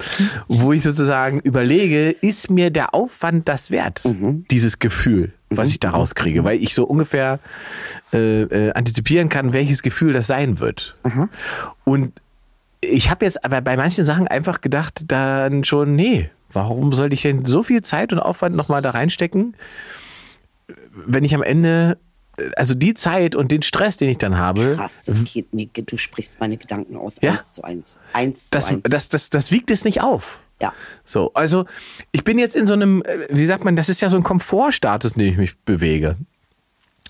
E: wo ich sozusagen überlege, ist mir der Aufwand das wert, dieses Gefühl, was ich da rauskriege, weil ich so ungefähr äh, äh, antizipieren kann, welches Gefühl das sein wird. Und ich habe jetzt aber bei manchen Sachen einfach gedacht, dann schon, nee, warum soll ich denn so viel Zeit und Aufwand nochmal da reinstecken, wenn ich am Ende, also die Zeit und den Stress, den ich dann habe,
D: Krass, das geht mir. Du sprichst meine Gedanken aus.
E: Mhm. Ja.
D: Eins zu eins. Eins
E: das,
D: zu eins.
E: das, das, das wiegt es nicht auf.
D: Ja.
E: So, also ich bin jetzt in so einem, äh, wie sagt man, das ist ja so ein Komfortstatus, in dem ich mich bewege.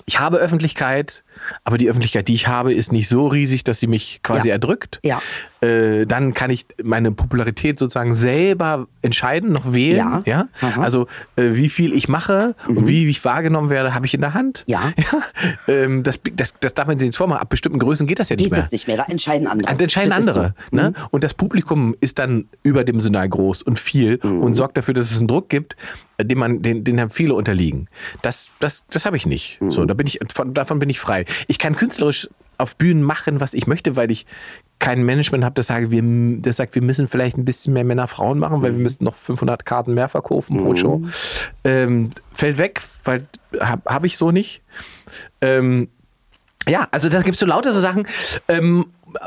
E: Ich habe Öffentlichkeit, aber die Öffentlichkeit, die ich habe, ist nicht so riesig, dass sie mich quasi
D: Ja.
E: erdrückt.
D: Ja.
E: Äh, dann kann ich meine Popularität sozusagen selber entscheiden, noch wählen.
D: Ja. Aha. Mhm.
E: Also äh, wie viel ich mache und wie ich wahrgenommen werde, habe ich in der Hand.
D: Ja.
E: ja. [LAUGHS] Ähm, das, das, das darf man sich jetzt vormachen. Ab bestimmten Größen geht das ja nicht
D: geht
E: mehr.
D: es nicht mehr. Da entscheiden andere.
E: An- entscheiden
D: Das ist
E: andere.
D: So. Mhm.
E: Ne? Und das Publikum ist dann überdimensional groß und viel
D: Mhm.
E: und sorgt dafür, dass es einen Druck gibt, äh, den man, den, den haben viele unterliegen. Das, das, das habe ich nicht.
D: Mhm.
E: So, da bin ich, von, davon bin ich frei. Ich kann künstlerisch auf Bühnen machen, was ich möchte, weil ich kein Management habe, das, sage, wir, m- das sagt, wir müssen vielleicht ein bisschen mehr Männer-Frauen machen,
D: Mhm.
E: weil wir müssen noch 500 Karten mehr verkaufen pro Show. Ähm, fällt weg, weil habe hab ich so nicht. Ähm, ja, also da gibt es so lauter so Sachen. Ähm,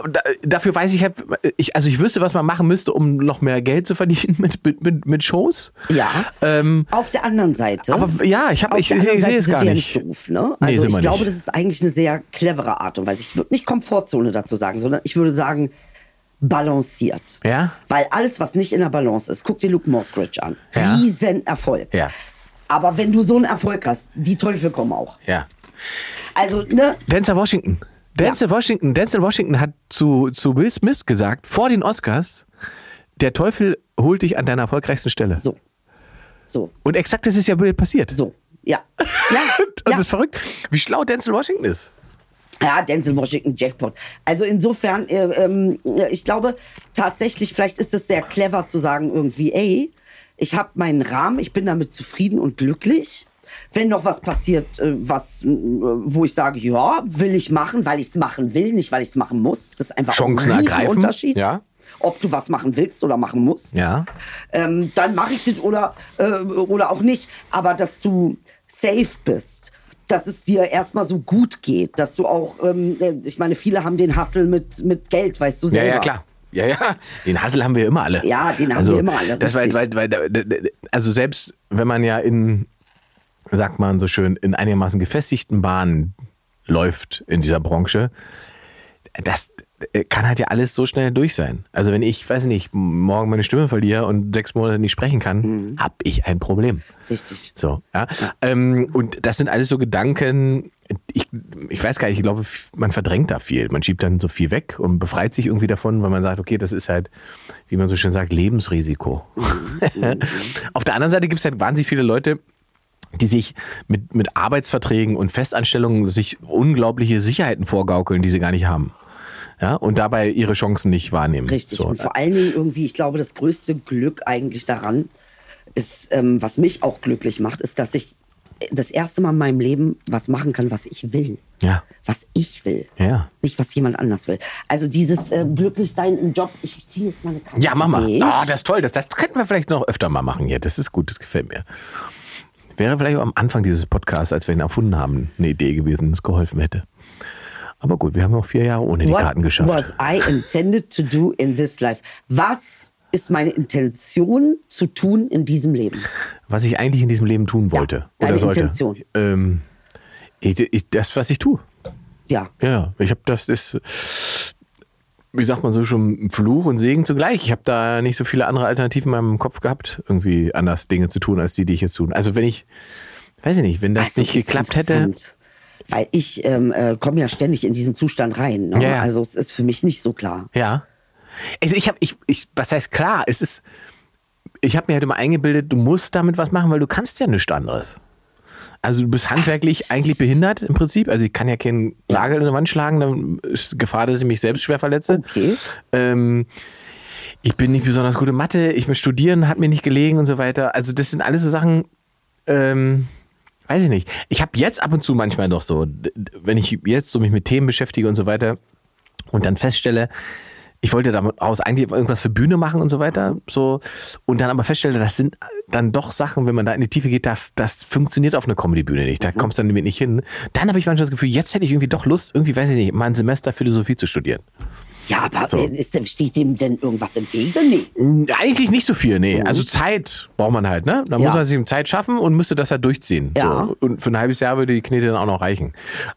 E: da, dafür weiß ich, halt, ich, also ich wüsste, was man machen müsste, um noch mehr Geld zu verdienen [LAUGHS] mit, mit, mit, mit Shows.
D: Mhm. Ja.
E: Ähm,
D: Auf der anderen Seite.
E: aber ja, ich, hab,
D: Auf
E: ich,
D: der
E: ich,
D: anderen
E: ich sehe
D: Seite
E: es
D: sind
E: gar
D: wir ja
E: nicht.
D: nicht doof, ne?
E: Nee,
D: Also
E: sind
D: ich
E: wir
D: glaube,
E: nicht.
D: das ist eigentlich eine sehr clevere Art und Weise. Ich würde nicht Komfortzone dazu sagen, sondern ich würde sagen, balanciert.
E: Ja.
D: Weil alles, was nicht in der Balance ist, guck dir Luke Mockridge an.
E: Ja.
D: Riesenerfolg.
E: Ja.
D: Aber wenn du so einen Erfolg hast, die Teufel kommen auch.
E: Ja.
D: Also, ne?
E: Denzel Washington. Denzel Washington. Denzel Washington hat zu, zu Will Smith gesagt, vor den Oscars, der Teufel holt dich an deiner erfolgreichsten Stelle.
D: So. So.
E: Und exakt das ist ja passiert.
D: So. Ja. Ja.
E: [LAUGHS] Und das ist verrückt, wie schlau Denzel Washington ist.
D: Ja, Denzel Washington Jackpot. Also insofern, äh, ähm, ich glaube tatsächlich, vielleicht ist es sehr clever zu sagen irgendwie, ey, ich habe meinen Rahmen, ich bin damit zufrieden und glücklich. Wenn noch was passiert, äh, was, äh, wo ich sage, ja, will ich machen, weil ich es machen will, nicht weil ich es machen muss. Das ist einfach
E: Chancen
D: ein
E: ergreifen,
D: Unterschied,
E: ja.
D: ob du was machen willst oder machen musst
E: Ja.
D: ähm, dann mache ich das oder, äh, oder auch nicht. Aber dass du safe bist, dass es dir erstmal so gut geht, dass du auch, ähm, äh, ich meine, viele haben den Hassel mit, mit Geld, weißt du
E: Ja,
D: selber.
E: ja, klar. Ja, ja. Den Hassel haben wir immer alle. Also,
D: Ja, den haben wir immer alle,
E: Das weil, weil,
D: richtig.
E: weil, also selbst wenn man ja in, sagt man so schön, in einigermaßen gefestigten Bahnen läuft in dieser Branche, das, äh, kann halt ja alles so schnell durch sein. Also wenn ich, weiß nicht, m- morgen meine Stimme verliere und sechs Monate nicht sprechen kann,
D: Mhm.
E: habe ich ein Problem.
D: Richtig.
E: So, ja. Ähm, und das sind alles so Gedanken, ich, ich weiß gar nicht, ich glaube, f- man verdrängt da viel. Man schiebt dann so viel weg und befreit sich irgendwie davon, weil man sagt, okay, das ist halt, wie man so schön sagt, Lebensrisiko.
D: Mhm.
E: [LAUGHS] Auf der anderen Seite gibt es halt wahnsinnig viele Leute, die sich mit, mit Arbeitsverträgen und Festanstellungen sich unglaubliche Sicherheiten vorgaukeln, die sie gar nicht haben. Ja, und dabei ihre Chancen nicht wahrnehmen.
D: Richtig.
E: So.
D: Und vor allen Dingen irgendwie, ich glaube, das größte Glück eigentlich daran ist, ähm, was mich auch glücklich macht, ist, dass ich das erste Mal in meinem Leben was machen kann, was ich will.
E: Ja.
D: Was ich will.
E: Ja.
D: Nicht, was jemand anders will. Also dieses äh, Glücklichsein im Job. Ich ziehe jetzt mal eine Karte.
E: Ja, mach mal.
D: für dich.
E: Ah, das ist toll. Das, das könnten wir vielleicht noch öfter mal machen hier. Das ist gut, das gefällt mir. Wäre vielleicht auch am Anfang dieses Podcasts, als wir ihn erfunden haben, eine Idee gewesen, das geholfen hätte. Aber gut, wir haben auch vier Jahre ohne die
D: What
E: Karten geschafft.
D: was I intended to do in this life? Was ist meine Intention zu tun in diesem Leben?
E: Was ich eigentlich in diesem Leben tun wollte.
D: deine
E: oder sollte.
D: Intention.
E: Ähm, ich, ich, das, was ich tue.
D: Ja.
E: Ja, ich habe das ist, wie sagt man so schon, Fluch und Segen zugleich. Ich habe da nicht so viele andere Alternativen in meinem Kopf gehabt, irgendwie anders Dinge zu tun, als die, die ich jetzt tun. Also wenn ich, weiß ich nicht, wenn das
D: Also,
E: nicht
D: ist
E: geklappt hätte,
D: interessant, Weil ich ähm, äh, komme ja ständig in diesen Zustand rein. Ne?
E: Ja, ja.
D: Also es ist für mich nicht so klar.
E: ja. Also ich habe, ich, ich, was heißt klar? Es ist, ich habe mir halt immer eingebildet, du musst damit was machen, weil du kannst ja nichts anderes. Also du bist handwerklich eigentlich behindert im Prinzip. Also ich kann ja keinen Nagel in die Wand schlagen, dann ist Gefahr, dass ich mich selbst schwer verletze.
D: Okay.
E: Ähm, ich bin nicht besonders gut in Mathe, ich will studieren, hat mir nicht gelegen und so weiter. Also das sind alles so Sachen, ähm, weiß ich nicht. Ich habe jetzt ab und zu manchmal noch so, d- d- wenn ich jetzt so mich mit Themen beschäftige und so weiter und dann feststelle, ich wollte daraus eigentlich irgendwas für Bühne machen und so weiter, so und dann aber feststelle, das sind dann doch Sachen, wenn man da in die Tiefe geht, das, das funktioniert auf einer Comedy-Bühne nicht, da kommst du dann damit nicht hin. Dann habe ich manchmal das Gefühl, jetzt hätte ich irgendwie doch Lust, irgendwie, weiß ich nicht, mal ein Semester Philosophie zu studieren.
D: Ja, aber
E: So.
D: äh, ist, steht dem denn irgendwas im Wege? Nee.
E: Eigentlich nicht so viel, nee. Also Zeit braucht man halt, ne? Da
D: Mhm. Ja.
E: muss man sich um Zeit schaffen und müsste das halt durchziehen.
D: Ja.
E: So. Und für ein halbes Jahr würde die Knete dann auch noch reichen.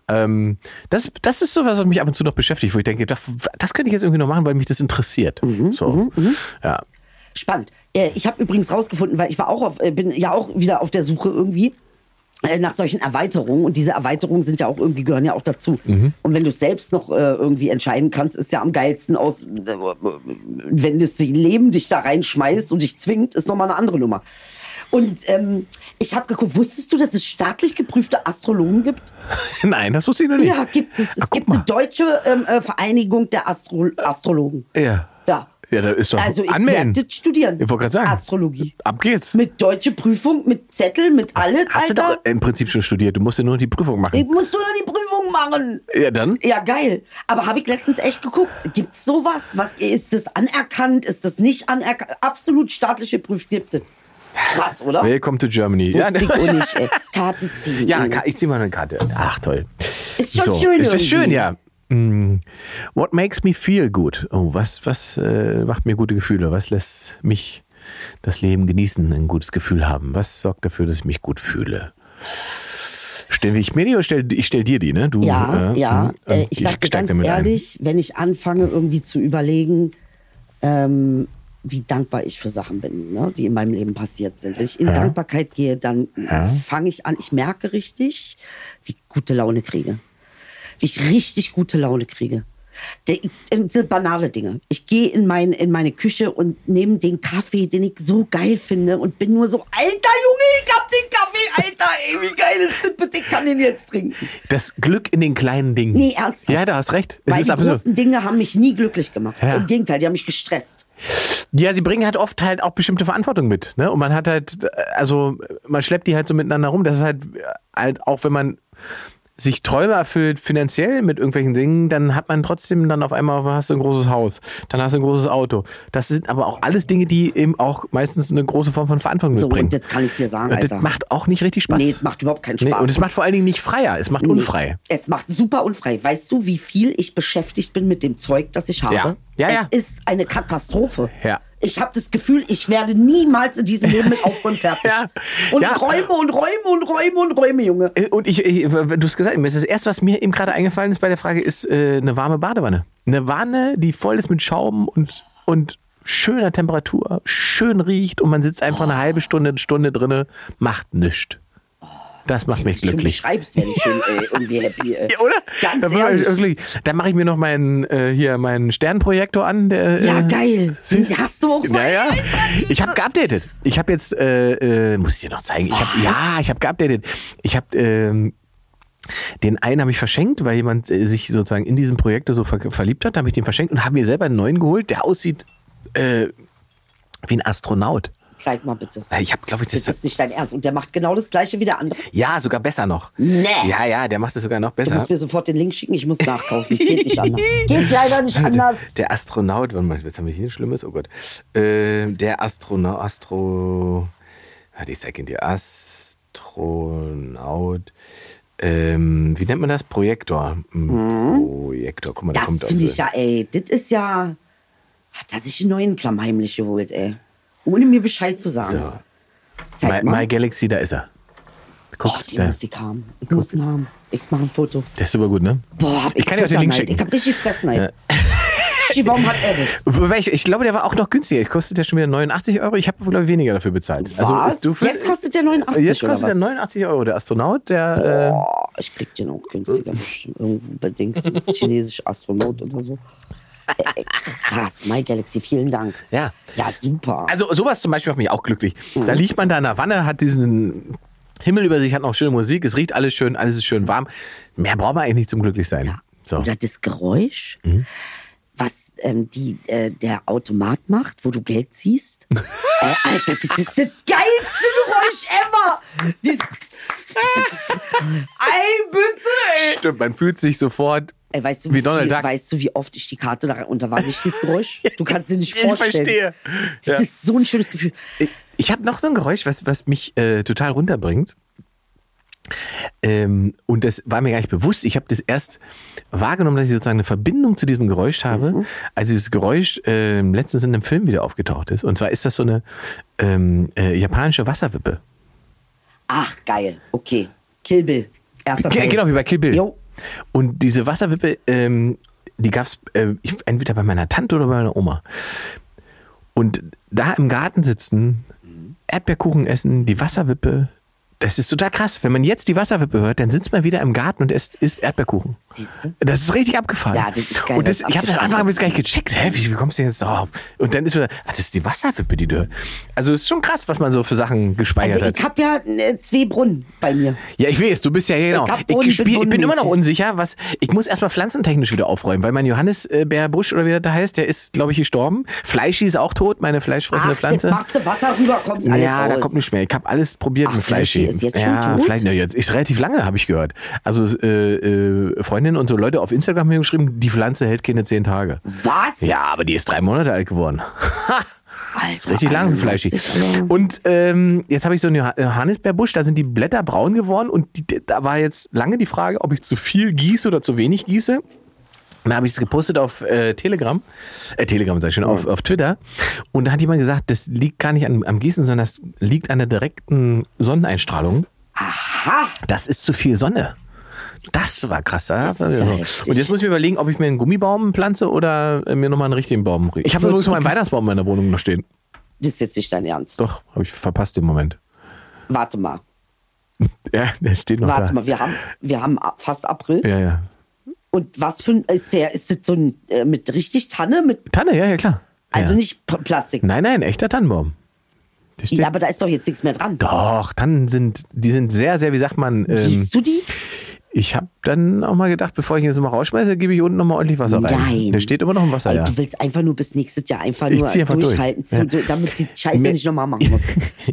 E: Ähm, das, das ist so was, was mich ab und zu noch beschäftigt, wo ich denke, das, das könnte ich jetzt irgendwie noch machen, weil mich das interessiert.
D: Mhm,
E: so. Ja. [LAUGHS]
D: Spannend. Äh, ich habe übrigens rausgefunden, weil ich war auch auf, äh, bin ja auch wieder auf der Suche irgendwie äh, nach solchen Erweiterungen und diese Erweiterungen sind ja auch irgendwie gehören ja auch dazu.
E: Mhm.
D: Und wenn du es selbst noch äh, irgendwie entscheiden kannst, ist ja am geilsten aus, äh, wenn das Leben dich da reinschmeißt und dich zwingt, ist nochmal eine andere Nummer. Und ähm, ich habe geguckt, wusstest du, dass es staatlich geprüfte Astrologen gibt?
E: Nein, das wusste ich noch nicht.
D: Ja, gibt es. Es
E: Ach, guck
D: gibt eine
E: mal.
D: deutsche ähm, äh, Vereinigung der Astro Astrologen.
E: Ja.
D: Ja.
E: Ja, da ist doch
D: Also ich
E: anmelden.
D: werde das studieren.
E: Ich wollte gerade sagen.
D: Astrologie.
E: Ab geht's.
D: Mit deutsche Prüfung, mit Zettel, mit alles,
E: Hast du doch
D: Alter.
E: im Prinzip schon studiert. Du musst ja nur die Prüfung
D: Ich
E: machen.
D: muss nur noch die Prüfung machen.
E: Ja, dann.
D: Ja, geil. Aber habe ich letztens echt geguckt. Gibt's sowas? Was ist das anerkannt? Ist das nicht anerkannt? Absolut staatlich geprüft gibt es. Krass, oder?
E: Welcome to Germany. [LAUGHS]
D: Wusste ich auch nicht, ey. Karte ziehen.
E: Ja,
D: ey.
E: Ka- ich ziehe mal eine Karte. Ach, toll.
D: Ist schon schön
E: Ist das
D: irgendwie.
E: schön, ja. Hm. What makes me feel good? Oh, was, was äh, macht mir gute Gefühle? Was lässt mich das Leben genießen, ein gutes Gefühl haben? Was sorgt dafür, dass ich mich gut fühle? Stell ich mir die oder stell, ich stell dir die, ne? Du,
D: Ja,
E: äh,
D: ja.
E: hm,
D: Äh, ich sag dir
E: steig
D: ganz
E: damit ein.
D: ehrlich, wenn ich anfange, irgendwie zu überlegen, ähm, wie dankbar ich für Sachen bin, ne, die in meinem Leben passiert sind. Wenn ich in Dankbarkeit gehe, dann fange ich an. Ich merke richtig, wie ich gute Laune kriege. Wie ich richtig gute Laune kriege. Der- Das sind banale Dinge. Ich gehe in, mein, in meine Küche und nehme den Kaffee, den ich so geil finde und bin nur so, alter Junge, ich hab den Kaffee, alter, ey, wie geil ist das bitte, ich kann den jetzt trinken.
E: Das Glück in den kleinen Dingen.
D: Nee, ernsthaft.
E: Ja, da hast recht. Es
D: Weil
E: ist
D: die
E: absolut.
D: großen Dinge haben mich nie glücklich gemacht.
E: Ja.
D: Im Gegenteil, die haben mich gestresst.
E: Ja, sie bringen halt oft halt auch bestimmte Verantwortung mit. Ne? Und man hat halt, äh, also man schleppt die halt so miteinander rum. Das ist halt, äh, halt auch wenn man sich Träume erfüllt finanziell mit irgendwelchen Dingen, dann hat man trotzdem dann auf einmal hast du ein großes Haus, dann hast du ein großes Auto. Das sind aber auch alles Dinge, die eben auch meistens eine große Form von Verantwortung
D: So,
E: mitbringen.
D: und das kann ich dir sagen,
E: Und das
D: Alter.
E: macht auch nicht richtig Spaß.
D: Nee, das macht überhaupt keinen
E: Nee,
D: Spaß.
E: und es macht vor allen Dingen nicht freier, es macht unfrei.
D: Es macht super unfrei. Weißt du, wie viel ich beschäftigt bin mit dem Zeug, das ich habe?
E: Ja, Ja,
D: es
E: ja.
D: ist eine Katastrophe.
E: Ja.
D: Ich habe das Gefühl, ich werde niemals in diesem Leben mit Aufräumen fertig.
E: [LAUGHS] Ja.
D: Und
E: Ja.
D: räume und räume und räume und räume, Junge.
E: Äh, Und ich, ich du hast gesagt, mir ist das erste, was mir eben gerade eingefallen ist bei der Frage, ist äh, eine warme Badewanne. Eine Wanne, die voll ist mit Schaum und, und schöner Temperatur, schön riecht und man sitzt einfach eine halbe Stunde, eine Stunde drinne, macht nichts. Das macht mich
D: Schon
E: glücklich.
D: beschreibst, werde ich schon äh, irgendwie happy. Äh.
E: [LAUGHS] Ja, oder?
D: Ganz
E: Dann
D: ehrlich.
E: mache ich mir noch meinen äh, hier meinen Sternprojektor an. Der,
D: Ja,
E: äh,
D: geil. Den hast du auch.
E: Naja, ich habe geupdatet. Ich habe jetzt, äh, äh, muss ich dir noch zeigen. Ich hab, ja, ich habe geupdatet. Ich habe ähm, den einen habe ich verschenkt, weil jemand äh, sich sozusagen in diesen Projekte so ver verliebt hat. Da habe ich den verschenkt und habe mir selber einen neuen geholt, der aussieht äh, wie ein Astronaut.
D: Zeig mal bitte.
E: Ich habe, glaube ich, das,
D: Das ist nicht dein Ernst. Und der macht genau das gleiche wie der andere.
E: ja sogar besser noch.
D: Nee.
E: Ja, ja, der macht es sogar noch
D: Du
E: besser.
D: musst mir sofort den Link schicken, ich muss nachkaufen. Geht [LAUGHS] nicht anders. Geht leider nicht anders.
E: Der Astronaut, warte mal, jetzt haben wir hier ein Schlimmes, oh Gott. Äh, der Astronaut, Astro, warte, ich zeig ihn dir, Astronaut, ähm, wie nennt man das? Projektor. Ein Projektor, guck mal, da
D: Mhm.
E: kommt
D: Das finde
E: also-
D: ich ja, ey. Das ist ja. Hat er sich einen neuen Klamm heimlich geholt, ey. Ohne mir Bescheid zu sagen.
E: So.
D: Zeig
E: My,
D: mal.
E: My Galaxy, da ist er. Guck,
D: oh, die
E: da.
D: muss ich haben. Ich muss ihn haben. Ich mache ein Foto.
E: Der ist super gut, ne?
D: Boah, hab ich,
E: Ich kann dir auch den Link
D: Futterneid.
E: schicken.
D: Ich hab richtig Fressneid. [LAUGHS] Schi, Warum hat er das?
E: Wobei Ich, ich glaube, der war auch noch günstiger. Der kostet ja schon wieder 89 Euro. Ich habe, glaube ich, weniger dafür bezahlt. Also,
D: Was? Jetzt kostet der 89
E: Jetzt
D: oder
E: kostet der
D: was?
E: 89 Euro. Der Astronaut, der. Äh,
D: Boah, ich krieg den auch günstiger bestimmt. Irgendwo bei Dings, chinesisch Astronaut oder so. Ey, Äh, krass, My Galaxy, vielen Dank.
E: Ja.
D: Ja, super.
E: Also sowas zum Beispiel macht mich auch glücklich. Da liegt man da in der Wanne, hat diesen Himmel über sich, hat noch schöne Musik, es riecht alles schön, alles ist schön warm. Mehr braucht man eigentlich nicht zum glücklich sein. So.
D: Oder das Geräusch,
E: Mhm.
D: was ähm, die, äh, der Automat macht, wo du
E: [LAUGHS]
D: Geld ziehst. äh, Alter, das ist das geilste Geräusch ever. Dies Ey, bitte, ey.
E: Stimmt, man fühlt sich sofort.
D: Ey, weißt, du,
E: Wie
D: wie
E: Donald
D: viel,
E: Duck.
D: weißt du, wie oft ich die Karte da und da war nicht dieses Geräusch? Du kannst dir
E: [LAUGHS]
D: nicht
E: Ich
D: vorstellen.
E: verstehe.
D: Das
E: Ja.
D: ist so ein schönes Gefühl.
E: Ich habe noch so ein Geräusch, was, was mich äh, total runterbringt. Ähm, und das war mir gar nicht bewusst. Ich habe das erst wahrgenommen, dass ich sozusagen eine Verbindung zu diesem Geräusch habe, als dieses Geräusch ähm, letztens in einem Film wieder aufgetaucht ist. Und zwar ist das so eine ähm, äh, japanische Wasserwippe.
D: Ach, geil. Okay. Kill Bill. Erster
E: Ge-
D: Teil.
E: Genau, wie bei Kill Bill.
D: Jo.
E: Und diese Wasserwippe, ähm, die gab es äh, ich- entweder bei meiner Tante oder bei meiner Oma. Und da im Garten sitzen, Erdbeerkuchen essen, die Wasserwippe, das ist total krass. Wenn man jetzt die Wasserwippe hört, dann sitzt man wieder im Garten und isst, isst Erdbeerkuchen.
D: Siehste?
E: Das ist richtig abgefahren.
D: Ja, das ist geil,
E: Und das,
D: das ist
E: ich habe am Anfang
D: abgefahren.
E: bis gar nicht gecheckt. Hä, wie, wie kommst du denn jetzt darauf? Und dann ist wieder, ah, das ist die Wasserwippe, die du hörst. Also es ist schon krass, was man so für Sachen gespeichert
D: Also
E: hat.
D: ich habe ja äh, zwei Brunnen bei mir.
E: Ja, ich weiß, du bist ja hier genau.
D: Ich hab
E: Ich,
D: Boden-
E: spiel, ich bin
D: Bodenmädchen.
E: immer noch unsicher, was. Ich muss erstmal pflanzentechnisch wieder aufräumen, weil mein Johannisbeerbusch oder wie der da heißt, der ist, glaube ich, gestorben. Fleischi ist auch tot, meine fleischfressende
D: Ach,
E: Pflanze.
D: Das machst du Wasser rüber, kommt alles
E: ja,
D: raus.
E: da kommt nichts mehr. Ich habe alles probiert
D: Ach,
E: mit Fleischi.
D: Fleischi ist jetzt schon
E: ja,
D: tot?
E: Fleischi, na, jetzt ist relativ lange, habe ich gehört. Also äh, äh, Freundinnen und so Leute auf Instagram haben mir geschrieben, die Pflanze hält keine zehn Tage.
D: Was?
E: Ja, aber die ist drei Monate alt geworden.
D: Alter, also,
E: Richtig lang und
D: 91
E: fleischig.
D: Euro.
E: Und ähm, jetzt habe ich so einen Johann- Johannisbeerbusch, da sind die Blätter braun geworden und die, da war jetzt lange die Frage, ob ich zu viel gieße oder zu wenig gieße. Dann habe ich es gepostet auf äh, Telegram, äh, Telegram sag ich schon, auf, auf Twitter. Und da hat jemand gesagt, das liegt gar nicht an, am Gießen, sondern das liegt an der direkten Sonneneinstrahlung.
D: Ha,
E: Das ist zu viel Sonne. Das war krass. Da
D: Das ist ja heftig.
E: und jetzt muss ich mir überlegen, ob ich mir einen Gummibaum pflanze oder äh, mir nochmal einen richtigen Baum. Ich habe übrigens noch meinen Weihnachtsbaum in meiner Wohnung noch stehen.
D: das ist jetzt nicht dein Ernst.
E: Doch, habe ich verpasst den Moment. [LAUGHS]
D: Warte mal.
E: Ja, der steht noch
D: Warte
E: da.
D: mal, wir haben, wir haben ab- fast April.
E: Ja, ja.
D: Und was für ein, ist der, ist das so ein, äh, mit richtig Tanne? Mit,
E: Tanne, ja, ja, klar.
D: also
E: ja.
D: nicht P Plastik.
E: Nein, nein, echter Tannenbaum. Der steht-
D: Ja, aber da ist doch jetzt nichts mehr dran.
E: Doch, Tannen sind, die sind sehr, sehr, wie sagt man, ähm,
D: Siehst du die?
E: ich habe dann auch mal gedacht, bevor ich ihn jetzt mal rausschmeiße, gebe ich unten nochmal ordentlich Wasser rein.
D: Nein.
E: Der steht immer noch im Wasser,
D: Ey,
E: ja.
D: Du willst einfach nur bis nächstes Jahr einfach
E: Ich
D: nur
E: zieh einfach durch.
D: durchhalten,
E: Ja.
D: zu, damit die Scheiße
E: Mir-
D: nicht nochmal machen
E: [LAUGHS]
D: muss.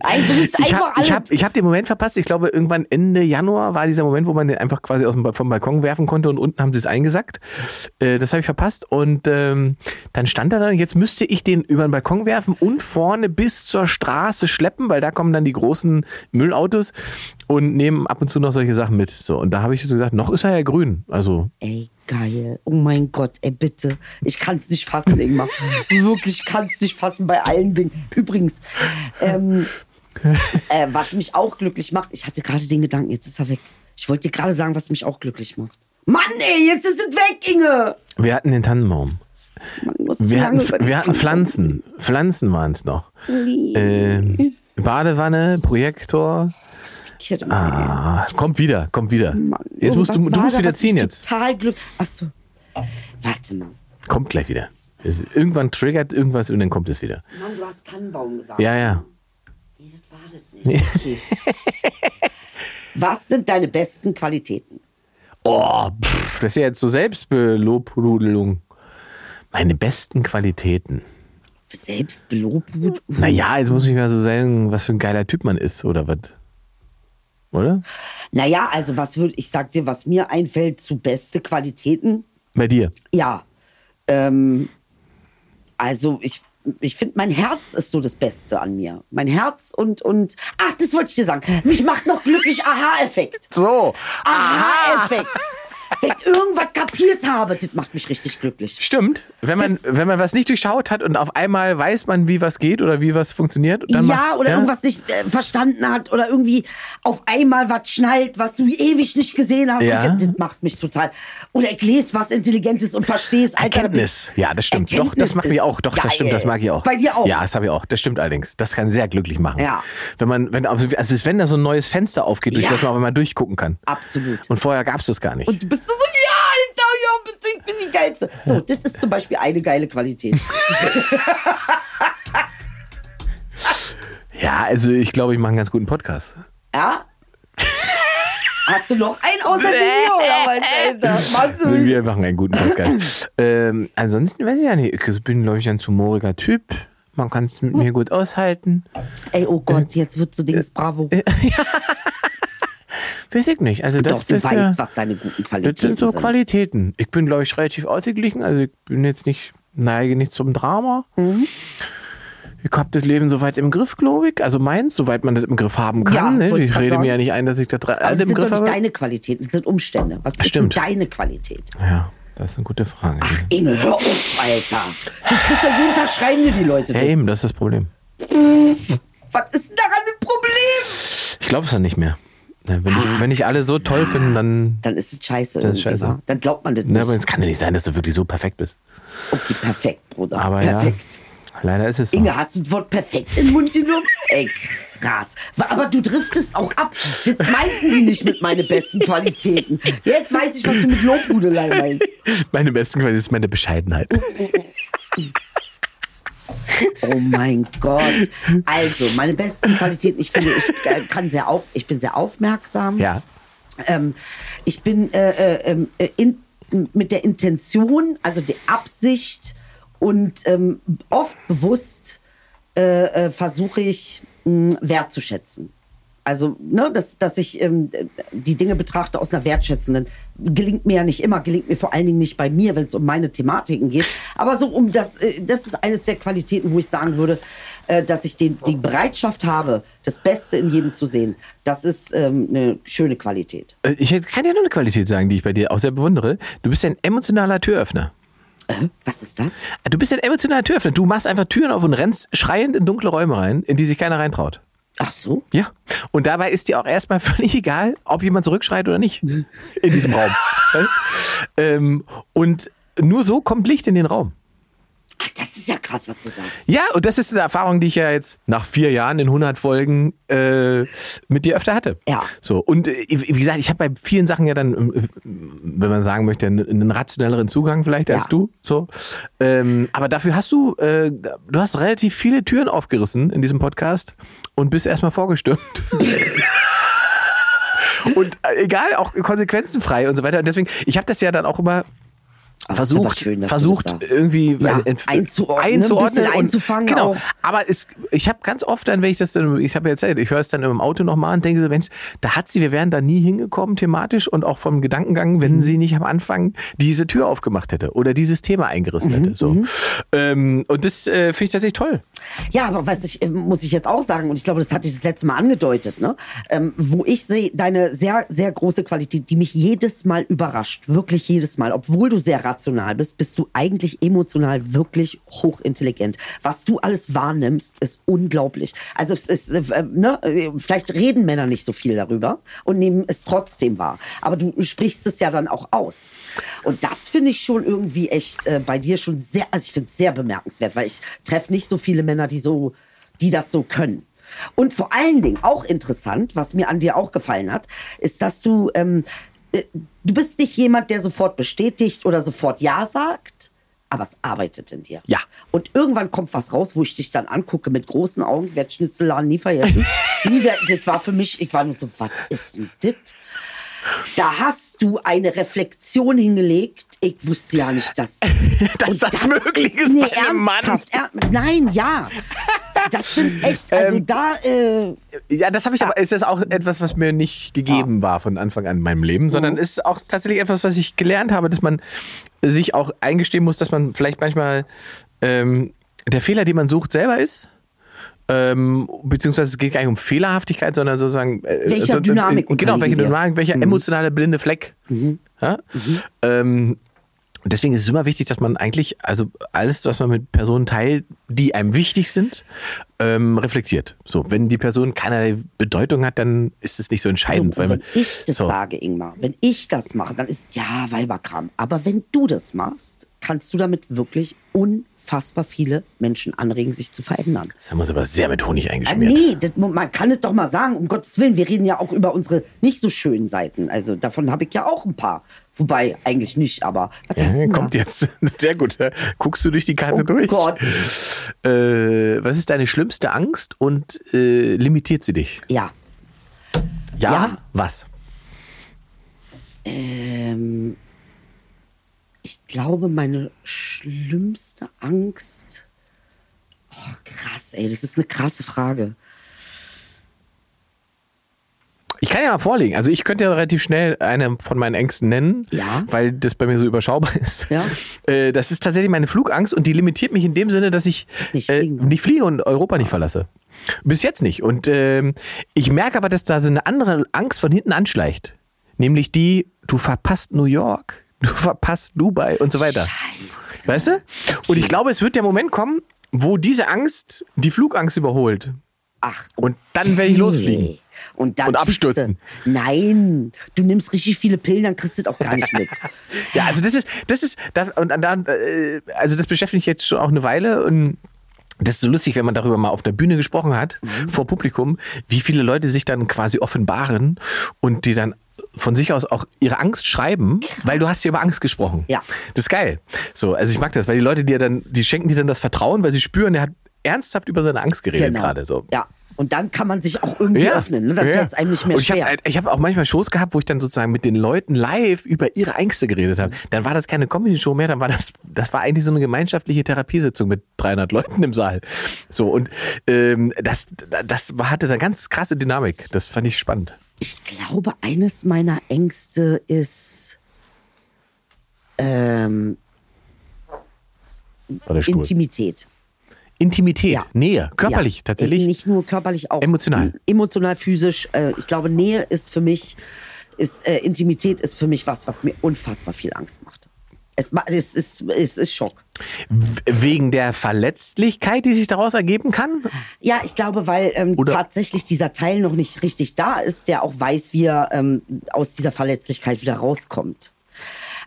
D: Einfach, das ist
E: Ich
D: einfach
E: habe
D: alles.
E: ich hab, ich hab den Moment verpasst. Ich glaube, irgendwann Ende Januar war dieser Moment, wo man den einfach quasi aus dem, Ba- vom Balkon werfen konnte und unten haben sie es eingesackt. Äh, das habe ich verpasst. Und ähm, dann stand er dann, jetzt müsste ich den über den Balkon werfen und vorne bis zur Straße schleppen, weil da kommen dann die großen Müllautos und nehmen ab und zu noch solche Sachen mit. So, und da habe ich so gesagt, noch ist er ja grün. Also
D: Ey, geil. Oh mein Gott, ey, bitte. Ich kann es nicht fassen, Ingmar. Wirklich, ich kann es nicht fassen bei allen Dingen. Übrigens,
E: [LAUGHS]
D: ähm, äh, was mich auch glücklich macht, ich hatte gerade den Gedanken, jetzt ist er weg. Ich wollte dir gerade sagen, was mich auch glücklich macht. Mann, ey, jetzt ist es weg, Inge!
E: Wir hatten den Tannenbaum.
D: Man muss so
E: Wir hatten,
D: lange über die
E: wir hatten
D: Tür-
E: Pflanzen. Pflanzen waren es noch. Ähm, Badewanne, Projektor.
D: Kid,
E: Ah, kommt wieder, kommt wieder. Jetzt musst du, du
D: irgendwas war
E: musst
D: da,
E: wieder
D: was
E: ziehen
D: mich
E: jetzt.
D: Total Glück. Achso. Warte mal.
E: Kommt gleich wieder. Es- Irgendwann triggert irgendwas und dann kommt es wieder.
D: Mann, du hast Tannenbaum gesagt.
E: Ja, ja.
D: Nee, das war das nicht. Okay. was sind deine besten Qualitäten?
E: Oh, pff, das ist ja jetzt so Selbstbelobrudelung. Meine besten Qualitäten.
D: Selbstbelobhut?
E: Naja, jetzt muss ich mal so sagen, was für ein geiler Typ man ist, oder was? Oder?
D: Naja, also was würde ich sag dir, was mir einfällt zu beste Qualitäten?
E: Bei dir.
D: Ja. Ähm, also ich, ich finde, mein Herz ist so das Beste an mir. Mein Herz und, und ach, das wollte ich dir sagen. Mich macht noch glücklich Aha-Effekt.
E: So.
D: Aha-Effekt. Wenn ich irgendwas kapiert habe, das macht mich richtig glücklich.
E: Stimmt. Wenn man,
D: Das-
E: wenn man was nicht durchschaut hat und auf einmal weiß man, wie was geht oder wie was funktioniert, dann
D: ja,
E: macht's,
D: oder irgendwas nicht äh, verstanden hat oder irgendwie auf einmal was schnallt, was du ewig nicht gesehen hast.
E: Ja.
D: Und das, das macht mich total. Oder ich lese was Intelligentes und verstehe es. Alter, da bin-
E: Erkenntnis. Ja, das stimmt. doch, das
D: Erkenntnis
E: mag ich
D: ist
E: auch. Doch,
D: geil.
E: das stimmt. Das mag ich auch.
D: Ist bei dir auch.
E: Ja, das habe ich auch. Das stimmt allerdings. Das kann sehr glücklich machen.
D: Ja.
E: Wenn man, wenn, also es ist, wenn da so ein neues Fenster aufgeht, durch
D: Ja.
E: das man aber mal durchgucken kann.
D: Absolut.
E: Und vorher gab es das gar nicht.
D: Und du bist so, ja, Alter, ja, bitte, ich bin die Geilste. So, das ist zum Beispiel eine
E: [LAUGHS]
D: geile Qualität.
E: ja, also ich glaube, ich mache einen ganz guten Podcast.
D: Ja? Hast du noch einen außer dir oder was, Alter?
E: [LAUGHS]
D: Machst du
E: Wir machen einen guten
D: [LAUGHS]
E: Podcast. ähm, ansonsten weiß ich ja nicht. Ich bin, glaube ich, ein humoriger Typ. Man kann es mit
D: Oh.
E: mir gut aushalten.
D: Ey, oh Gott, jetzt wird so Dings Bravo.
E: Weiß ich nicht. Also das
D: Doch, du
E: ist
D: weißt,
E: ja,
D: was deine guten
E: Das
D: Qualitäten
E: sind so
D: sind.
E: Qualitäten. Ich bin, glaube ich, relativ ausgeglichen. Also ich bin jetzt nicht, neige nicht zum Drama. Ich habe das Leben soweit im Griff, glaube ich. Also meins, soweit man das im Griff haben
D: Ja,
E: kann. ne?
D: wollte ich
E: Ich
D: grad
E: rede
D: sagen.
E: mir ja nicht ein, dass ich das dra-
D: Aber
E: alles
D: das
E: Also im
D: sind doch
E: Griff
D: nicht
E: habe.
D: deine Qualitäten, das sind Umstände. Was ist denn
E: Stimmt.
D: deine Qualität?
E: Ja, das ist eine gute Frage.
D: Inge, hör auf, Alter. Das kriegst du jeden Tag, schreiben dir die Leute
E: ja,
D: das.
E: eben, das ist das Problem.
D: Was ist denn daran ein Problem?
E: Ich glaube es dann nicht mehr. Ne, Wenn ich, wenn ich alle so toll finde, dann.
D: Dann ist es scheiße.
E: Das ist
D: irgendwie,
E: scheiße.
D: wa? Dann glaubt man das
E: Ne, aber
D: nicht.
E: es kann ja nicht sein, dass du wirklich so perfekt bist.
D: Okay, perfekt, Bruder.
E: Aber
D: perfekt.
E: ja, leider ist es so.
D: Inge, hast du das Wort perfekt in den
E: [LAUGHS]
D: Mund genommen? Ey, krass. Wa- Aber du driftest auch ab. Das meinten die nicht mit meinen besten Qualitäten. Jetzt weiß ich, was du mit Lobhudelei meinst.
E: Meine besten Qualität ist meine Bescheidenheit. [LAUGHS]
D: Oh mein Gott. Also, meine besten Qualitäten, ich finde, ich äh, kann sehr auf, ich bin sehr aufmerksam.
E: ja.
D: Ähm, ich bin äh, äh, ähm, äh, in, mit der Intention, also der Absicht und ähm, oft bewusst äh, äh, versuche ich mh, wertzuschätzen. Also, ne, dass, dass ich ähm, die Dinge betrachte aus einer wertschätzenden. Gelingt mir ja nicht immer, gelingt mir vor allen Dingen nicht bei mir, wenn es um meine Thematiken geht. Aber so um das, äh, das ist eines der Qualitäten, wo ich sagen würde, äh, dass ich den, die Bereitschaft habe, das Beste in jedem zu sehen. Das ist ähm, eine schöne Qualität.
E: Äh, Ich hätte- kann dir noch eine Qualität sagen, die ich bei dir auch sehr bewundere. Du bist ein emotionaler Türöffner.
D: Was ist das?
E: Du bist ein emotionaler Türöffner. Du machst einfach Türen auf und rennst schreiend in dunkle Räume rein, in die sich keiner reintraut.
D: Ach so?
E: Ja. Und dabei ist dir auch erstmal [LAUGHS] völlig egal, ob jemand zurückschreit oder nicht. In diesem Raum. ähm, und nur so kommt Licht in den Raum.
D: Ach, das ist ja krass, was du sagst.
E: Ja, und das ist eine Erfahrung, die ich ja jetzt nach vier Jahren in 100 Folgen äh, mit dir öfter hatte.
D: Ja.
E: So, und äh, wie gesagt, ich habe bei vielen Sachen ja dann, äh, wenn man sagen möchte, einen, einen rationelleren Zugang vielleicht als
D: Ja.
E: du. So. Ähm, aber dafür hast du, äh, du hast relativ viele Türen aufgerissen in diesem Podcast und bist erstmal
D: [LAUGHS]
E: vorgestürmt. Und äh, egal, auch konsequenzenfrei und so weiter. Und deswegen, ich habe das ja dann auch immer
D: das ist aber
E: versucht,
D: schön, dass du das
E: versucht äh,
D: sagst.
E: irgendwie
D: Ja,
E: weiß ich,
D: einzuordnen, ein bisschen einzufangen
E: Genau.
D: auch.
E: Aber es, ich habe ganz oft dann, wenn ich das dann, ich habe ja erzählt, ich höre es dann im Auto nochmal und denke so, Mensch, da hat sie, wir wären da nie hingekommen thematisch und auch vom Gedankengang,
D: Mhm.
E: wenn sie nicht am Anfang diese Tür aufgemacht hätte oder dieses Thema eingerissen
D: Mhm,
E: hätte. So. Ähm, und das äh, finde ich tatsächlich toll. [LAUGHS]
D: Ja, aber was ich, äh, muss ich jetzt auch sagen, und ich glaube, das hatte ich das letzte Mal angedeutet, ne? ähm, wo ich sehe, deine sehr, sehr große Qualität, die mich jedes Mal überrascht, wirklich jedes Mal, obwohl du sehr rational bist, bist du eigentlich emotional wirklich hochintelligent. Was du alles wahrnimmst, ist unglaublich. Also es ist, äh, äh, ne? äh, vielleicht reden Männer nicht so viel darüber und nehmen es trotzdem wahr, aber du sprichst es ja dann auch aus. Und das finde ich schon irgendwie echt äh, bei dir schon sehr, also ich finde es sehr bemerkenswert, weil ich treffe nicht so viele Männer, die so, die das so können. Und vor allen Dingen auch interessant, was mir an dir auch gefallen hat, ist, dass du, ähm, äh, du bist nicht jemand, der sofort bestätigt oder sofort Ja sagt, aber es arbeitet in dir.
E: Ja.
D: Und irgendwann kommt was raus, wo ich dich dann angucke mit großen Augen, werd Schnitzelladen nie vergessen. nie werd, das war für mich, ich war nur so, was ist denn das? Da hast du eine Reflexion hingelegt. Ich wusste ja nicht,
E: [LAUGHS]
D: dass,
E: Dass
D: Und
E: das möglich ist
D: nee,
E: bei einem Mann.
D: ernsthaft, Er, nein, ja. Das sind echt, also
E: Ähm,
D: da, äh,
E: Ja, das habe ich aber, ist das auch etwas, was mir nicht gegeben war von Anfang an in meinem Leben,
D: Mhm.
E: sondern ist auch tatsächlich etwas, was ich gelernt habe, dass man sich auch eingestehen muss, dass man vielleicht manchmal ähm, der Fehler, den man sucht, selber ist. Ähm, beziehungsweise es geht gar nicht um Fehlerhaftigkeit, sondern sozusagen. Äh,
D: Welcher Dynamik
E: Genau,
D: unterliegen
E: welche
D: wir? Mhm.
E: Dynamik, welcher emotionale blinde Fleck. Ja? Ähm, und deswegen ist es immer wichtig, dass man eigentlich, also alles, was man mit Personen teilt, die einem wichtig sind, ähm, reflektiert. So, wenn die Person keinerlei Bedeutung hat, dann ist es nicht so entscheidend.
D: so,
E: weil man,
D: wenn ich das
E: so,
D: sage, Ingmar, wenn ich das mache, dann ist ja Weiberkram. Aber wenn du das machst, kannst du damit wirklich unfassbar viele Menschen anregen, sich zu verändern.
E: Das haben wir uns aber sehr mit Honig
D: Ah,
E: eingeschmiert.
D: nee, das, man kann es doch mal sagen, um Gottes Willen, wir reden ja auch über unsere nicht so schönen Seiten. Also davon habe ich ja auch ein paar. Wobei, eigentlich nicht, aber was hast du
E: Ja,
D: denn
E: kommt
D: da?
E: jetzt. [LAUGHS] Sehr gut. Guckst du durch die Karte
D: Oh
E: durch?
D: Gott.
E: Äh, was ist deine schlimmste Angst und äh, limitiert sie dich?
D: Ja.
E: Ja?
D: Ja.
E: Was?
D: Ähm, ich glaube, meine schlimmste Angst. Oh, krass, ey, das ist eine krasse Frage.
E: Ich kann ja mal vorlegen. Also ich könnte ja relativ schnell eine von meinen Ängsten nennen,
D: Ja.
E: weil das bei mir so überschaubar [LAUGHS] ist.
D: Ja.
E: Äh, das ist tatsächlich meine Flugangst und die limitiert mich in dem Sinne, dass ich
D: Nicht
E: äh,
D: fliegen, ne?
E: nicht fliege und Europa nicht verlasse. Bis jetzt nicht. Und ähm, ich merke aber, dass da so eine andere Angst von hinten anschleicht. Nämlich die, du verpasst New York, [LAUGHS] du verpasst Dubai und so weiter.
D: Scheiße.
E: Weißt du? Und ich glaube, es wird der Moment kommen, wo diese Angst die Flugangst überholt.
D: Ach,
E: Und dann werde ich losfliegen.
D: Und dann
E: Und
D: kriegst du-
E: abstürzen.
D: Nein, du nimmst richtig viele Pillen, dann kriegst du das auch gar nicht
E: [LAUGHS]
D: mit.
E: Ja, also das ist, das ist, da, und dann, äh, also das beschäftigt mich jetzt schon auch eine Weile und das ist so lustig, wenn man darüber mal auf der Bühne gesprochen hat, vor Publikum, wie viele Leute sich dann quasi offenbaren und die dann von sich aus auch ihre Angst schreiben, weil du hast ja über Angst gesprochen.
D: Ja.
E: Das ist geil. So, also ich mag das, weil die Leute dir dann, die schenken dir dann das Vertrauen, weil sie spüren, der hat ernsthaft über seine Angst geredet gerade so.
D: Genau. Ja. Und dann kann man sich auch irgendwie öffnen. Ne? Dann fällt es einem nicht mehr
E: und ich
D: schwer.
E: Hab, halt, ich habe auch manchmal Shows gehabt, wo ich dann sozusagen mit den Leuten live über ihre Ängste geredet habe. Dann war das keine Comedy-Show mehr, dann war das, das war eigentlich so eine gemeinschaftliche Therapiesitzung mit 300 Leuten im Saal. So und ähm, das, das hatte eine ganz krasse Dynamik. Das fand ich spannend.
D: Ich glaube, eines meiner Ängste ist ähm,
E: War der Stuhl.
D: Intimität.
E: Intimität,
D: Ja.
E: Nähe, körperlich
D: ja.
E: tatsächlich.
D: Nicht nur körperlich, auch
E: Emotional.
D: Emotional, physisch. Äh, ich glaube, Nähe ist für mich, ist, äh, Intimität ist für mich was, was mir unfassbar viel Angst macht. Es, ma- es, ist, es ist Schock.
E: W- Wegen der Verletzlichkeit, die sich daraus ergeben kann.
D: Ja, ich glaube, weil ähm,
E: Oder-
D: tatsächlich dieser Teil noch nicht richtig da ist, der auch weiß, wie er ähm, aus dieser Verletzlichkeit wieder rauskommt.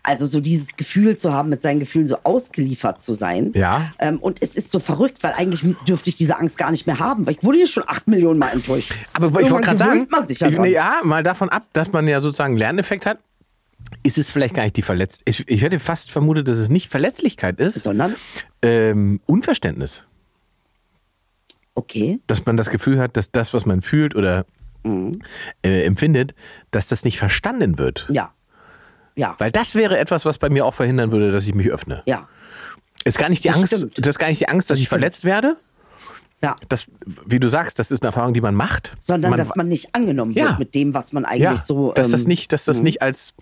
D: Also so dieses Gefühl zu haben, mit seinen Gefühlen so ausgeliefert zu sein.
E: Ja.
D: Ähm, und es ist so verrückt, weil eigentlich dürfte ich diese Angst gar nicht mehr haben, weil ich wurde hier schon acht Millionen Mal enttäuscht.
E: Aber ich wollte
D: Irgendwann
E: gerade sagen,
D: gewöhnt man sich ja
E: ich,
D: dran.
E: nee, ja, mal davon ab, dass man ja sozusagen einen Lerneffekt hat, ist es vielleicht gar nicht die Verletz. Ich, ich hätte fast vermutet, dass es nicht Verletzlichkeit ist,
D: Sondern,
E: ähm, Unverständnis.
D: okay,
E: Dass man das Gefühl hat, dass das, was man
D: Mhm.
E: fühlt oder äh, empfindet, dass das nicht verstanden wird.
D: ja. Ja.
E: Weil das wäre etwas, was bei mir auch verhindern würde, dass ich mich öffne.
D: Ja.
E: Ist gar nicht die
D: Das
E: Angst,
D: stimmt.
E: das ist gar nicht die Angst, dass ich verletzt werde.
D: Ja.
E: Das, wie du sagst, das ist eine Erfahrung, die man macht.
D: Sondern, dass man nicht angenommen wird
E: Ja.
D: mit dem, was man eigentlich
E: ja,
D: so.
E: dass das
D: ähm,
E: nicht, dass das nicht als,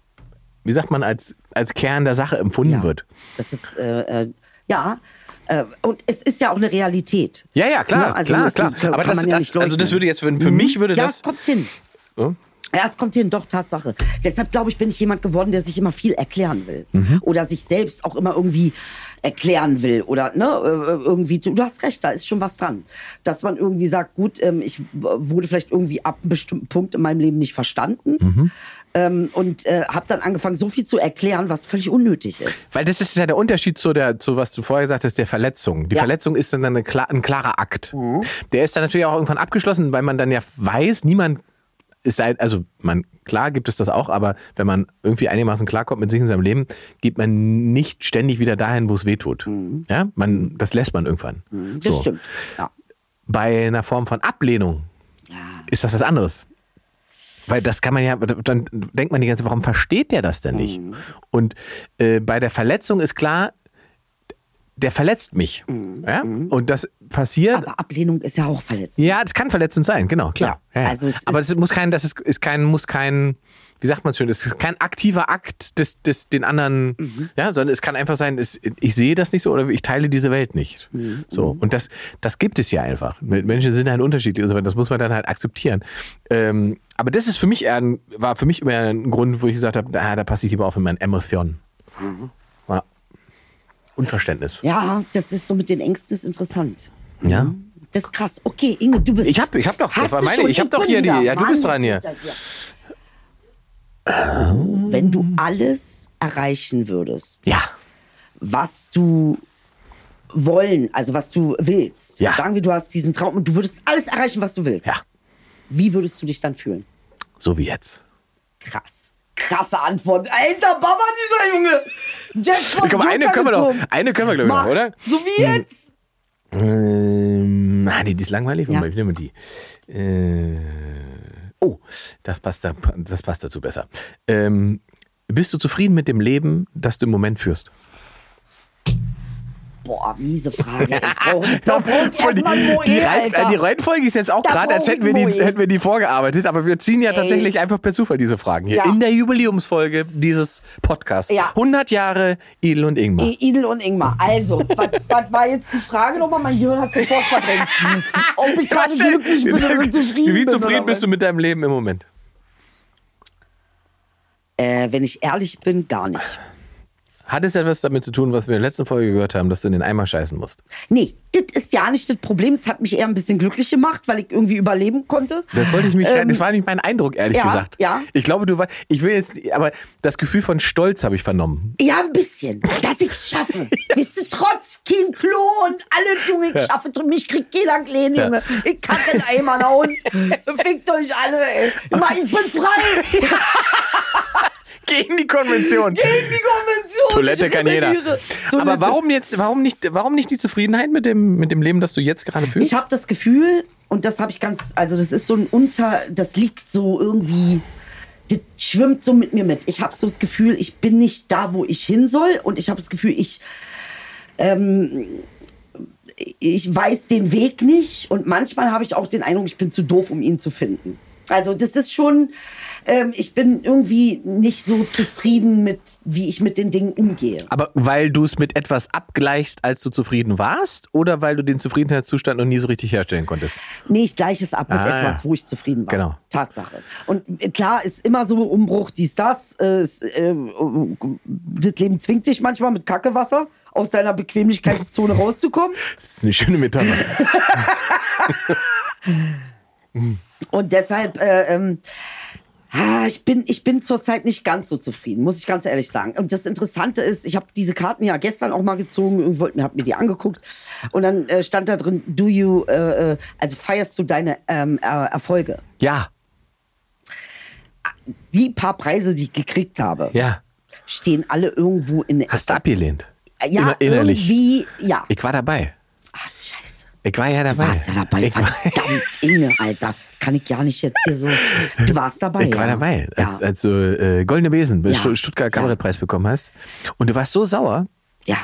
E: wie sagt man, als, als Kern der Sache empfunden
D: ja.
E: wird.
D: Das ist, äh, äh, ja. Äh, und es ist ja auch eine Realität.
E: Ja, ja, klar,
D: Ne, also
E: klar,
D: das
E: klar.
D: kann-
E: Aber
D: kann
E: das,
D: man ja
E: das,
D: nicht
E: also das
D: leugnen. Mhm.
E: würde jetzt, für, für mich würde
D: ja,
E: das, ne?
D: es kommt hin.
E: So?
D: Ja, es kommt hin, doch, Tatsache. Deshalb glaube ich, bin ich jemand geworden, der sich immer viel erklären will.
E: Mhm.
D: Oder sich selbst auch immer irgendwie erklären will. Oder ne, äh, irgendwie, du du hast recht, da ist schon was dran. Dass man irgendwie sagt, gut, ähm, ich w- wurde vielleicht irgendwie ab einem bestimmten Punkt in meinem Leben nicht verstanden.
E: Mhm.
D: Ähm, und äh, habe dann angefangen, so viel zu erklären, was völlig unnötig ist.
E: Weil das ist ja der Unterschied zu, der, zu was du vorher gesagt hast, der Verletzung. Die
D: Ja. Mhm.
E: Verletzung ist dann eine, kla- ein klarer Akt. Der ist dann natürlich auch irgendwann abgeschlossen, weil man dann ja weiß, niemand ist ein, also man, klar gibt es das auch, aber wenn man irgendwie einigermaßen klarkommt mit sich in seinem Leben, geht man nicht ständig wieder dahin, wo es weh tut. Ja, man, das lässt man irgendwann.
D: Mhm. Das stimmt. Ja.
E: Bei einer Form von Ablehnung
D: Ja.
E: ist das was anderes. Weil das kann man ja, dann denkt man die ganze Zeit, warum versteht der das denn nicht? Und äh, bei der Verletzung ist klar, der verletzt mich. Ja? Und das passiert.
D: Aber Ablehnung ist ja auch verletzend.
E: ja, das kann verletzend sein, genau, klar.
D: Ja,
E: Ja, ja.
D: also es
E: Aber
D: ist-
E: es muss kein, das ist, ist kein, muss kein, wie sagt man es schön, es ist kein aktiver Akt des, des den anderen,
D: Mhm.
E: ja, sondern es kann einfach sein, es, ich sehe das nicht so oder ich teile diese Welt nicht.
D: Mhm.
E: So. Und das, das gibt es ja einfach. Menschen sind halt unterschiedlich und so weiter. Das muss man dann halt akzeptieren. Ähm, aber das ist für mich eher ein, war für mich immer ein Grund, wo ich gesagt habe, da, da passe ich lieber auf in meinen Emotionen.
D: Mhm.
E: Ja. Unverständnis.
D: Ja, das ist so mit den Ängsten ist interessant.
E: Ja.
D: Das ist krass. Okay, Inge, du bist.
E: Ich hab- ich hab doch- das
D: Hast
E: war
D: du
E: meine-
D: schon?
E: ich hab doch
D: bin
E: hier die-
D: da.
E: ja, du
D: Mann,
E: bist dran hier.
D: Peter, Wenn du alles erreichen würdest,
E: Ja.
D: was du wollen, also was du willst,
E: Ja.
D: sagen wir, du hast diesen Traum und du würdest alles erreichen, was du willst.
E: Ja.
D: Wie würdest du dich dann fühlen?
E: So wie jetzt.
D: Krass. Krasse Antwort. Alter, Baba, dieser Junge. Jackpot,
E: Komm, eine
D: Joker
E: können wir doch,
D: gezogen.
E: eine können wir, glaube ich,
D: Mach.
E: noch, oder? Hm.
D: So wie jetzt.
E: Ähm, ah, nee, die ist langweilig.
D: Ja.
E: Ich nehme die. Äh, oh, das passt, da, das passt dazu besser. Ähm, bist du zufrieden mit dem Leben, das du im Moment
D: [LAUGHS]
E: führst?
D: Boah, miese Frage. ey. Oh,
E: [LAUGHS]
D: Da braucht
E: Voll die,
D: erstmal Moe,
E: die, Reihen-
D: Alter.
E: die Reihenfolge ist jetzt auch
D: Da
E: gerade, als
D: brauch
E: hätten wir,
D: ich
E: die,
D: Moe.
E: hätten wir die vorgearbeitet, aber wir ziehen ja tatsächlich einfach per Zufall diese Fragen hier.
D: Ja.
E: In der Jubiläumsfolge dieses Podcasts.
D: Ja.
E: 100 Jahre Idel und Ingmar.
D: I- Idel und Ingmar. Also, was war jetzt die Frage nochmal? Mein Gehirn hat
E: [LAUGHS]
D: sofort verdrängt. Ob ich gerade glücklich bin oder zufrieden
E: Wie
D: bin.
E: zufrieden
D: oder
E: bist du mit deinem Leben im Moment?
D: was? Äh, wenn ich ehrlich bin, gar nicht.
E: Hat es etwas damit zu tun, was wir in der letzten Folge gehört haben, dass du in den Eimer scheißen musst?
D: Nee, das ist ja nicht das Problem. Das hat mich eher ein bisschen glücklich gemacht, weil ich irgendwie überleben konnte.
E: Das wollte ich mich. das war nicht mein Eindruck, ehrlich
D: ja,
E: gesagt.
D: ja.
E: Ich glaube, du war. Ich will jetzt. Aber das Gefühl von Stolz habe ich vernommen.
D: Ja, ein bisschen. Dass
E: [LAUGHS]
D: ich schaffe. Wisst ihr, trotz kein Klo und alle, Junge, ich schaffe drin. Mich kriegt keiner klein, Junge. Ich kann den Eimer nach Hund.
E: [LAUGHS]
D: Fickt euch alle, ey. Immer, ich bin frei.
E: Gegen die Konvention.
D: Gegen die Konvention.
E: Toilette
D: Ich
E: kann jeder.
D: rebelliere.
E: Aber warum jetzt? Warum nicht? Warum nicht die Zufriedenheit mit dem mit dem Leben, das du jetzt gerade führst?
D: Ich habe das Gefühl, und das habe ich ganz, also das ist so ein Unter, das liegt so irgendwie, das schwimmt so mit mir mit. Ich habe so das Gefühl, ich bin nicht da, wo ich hin soll. Und ich habe das Gefühl, ich, ähm, ich weiß den Weg nicht. Und manchmal habe ich auch den Eindruck, ich bin zu doof, um ihn zu finden. Also das ist schon, ähm, ich bin irgendwie nicht so zufrieden mit, wie ich mit den Dingen umgehe.
E: aber weil du es mit etwas abgleichst, als du zufrieden warst, oder weil du den Zufriedenheitszustand noch nie so richtig herstellen konntest?
D: Nee, ich gleiche es ab mit
E: Ah,
D: etwas,
E: ja.
D: wo ich zufrieden war.
E: Genau.
D: Tatsache. Und äh, klar ist immer so Umbruch, dies, das. Äh, es, äh, das Leben zwingt dich manchmal mit Kackewasser aus
E: [LAUGHS]
D: deiner Bequemlichkeitszone rauszukommen.
E: Das ist eine schöne Metapher. [LAUGHS]
D: Und deshalb, äh, ähm, ah, ich bin, ich bin zurzeit nicht ganz so zufrieden, muss ich ganz ehrlich sagen. Und das Interessante ist, ich habe diese Karten ja gestern auch mal gezogen, irgendwie wollte mir, habe mir die angeguckt. Und dann äh, stand da drin, do you, äh, äh, also feierst du deine ähm, äh, Erfolge.
E: ja,
D: Die paar Preise, die ich gekriegt habe.
E: ja.
D: stehen alle irgendwo in Äh,
E: Hast du abgelehnt?
D: ja,
E: Immer innerlich.
D: irgendwie ja.
E: Ich war dabei.
D: Ach scheiße.
E: Ich war ja dabei.
D: Warst ja dabei,
E: Ich war,
D: verdammt Inge, Alter. kann ich ja nicht jetzt hier so. Du warst dabei.
E: Ich war
D: ja.
E: dabei,
D: Ja.
E: als, als du äh, Goldene Besen,
D: Ja.
E: Stutt- Stuttgart
D: Ja.
E: Kabarettpreis bekommen hast. Und du warst so sauer.
D: ja.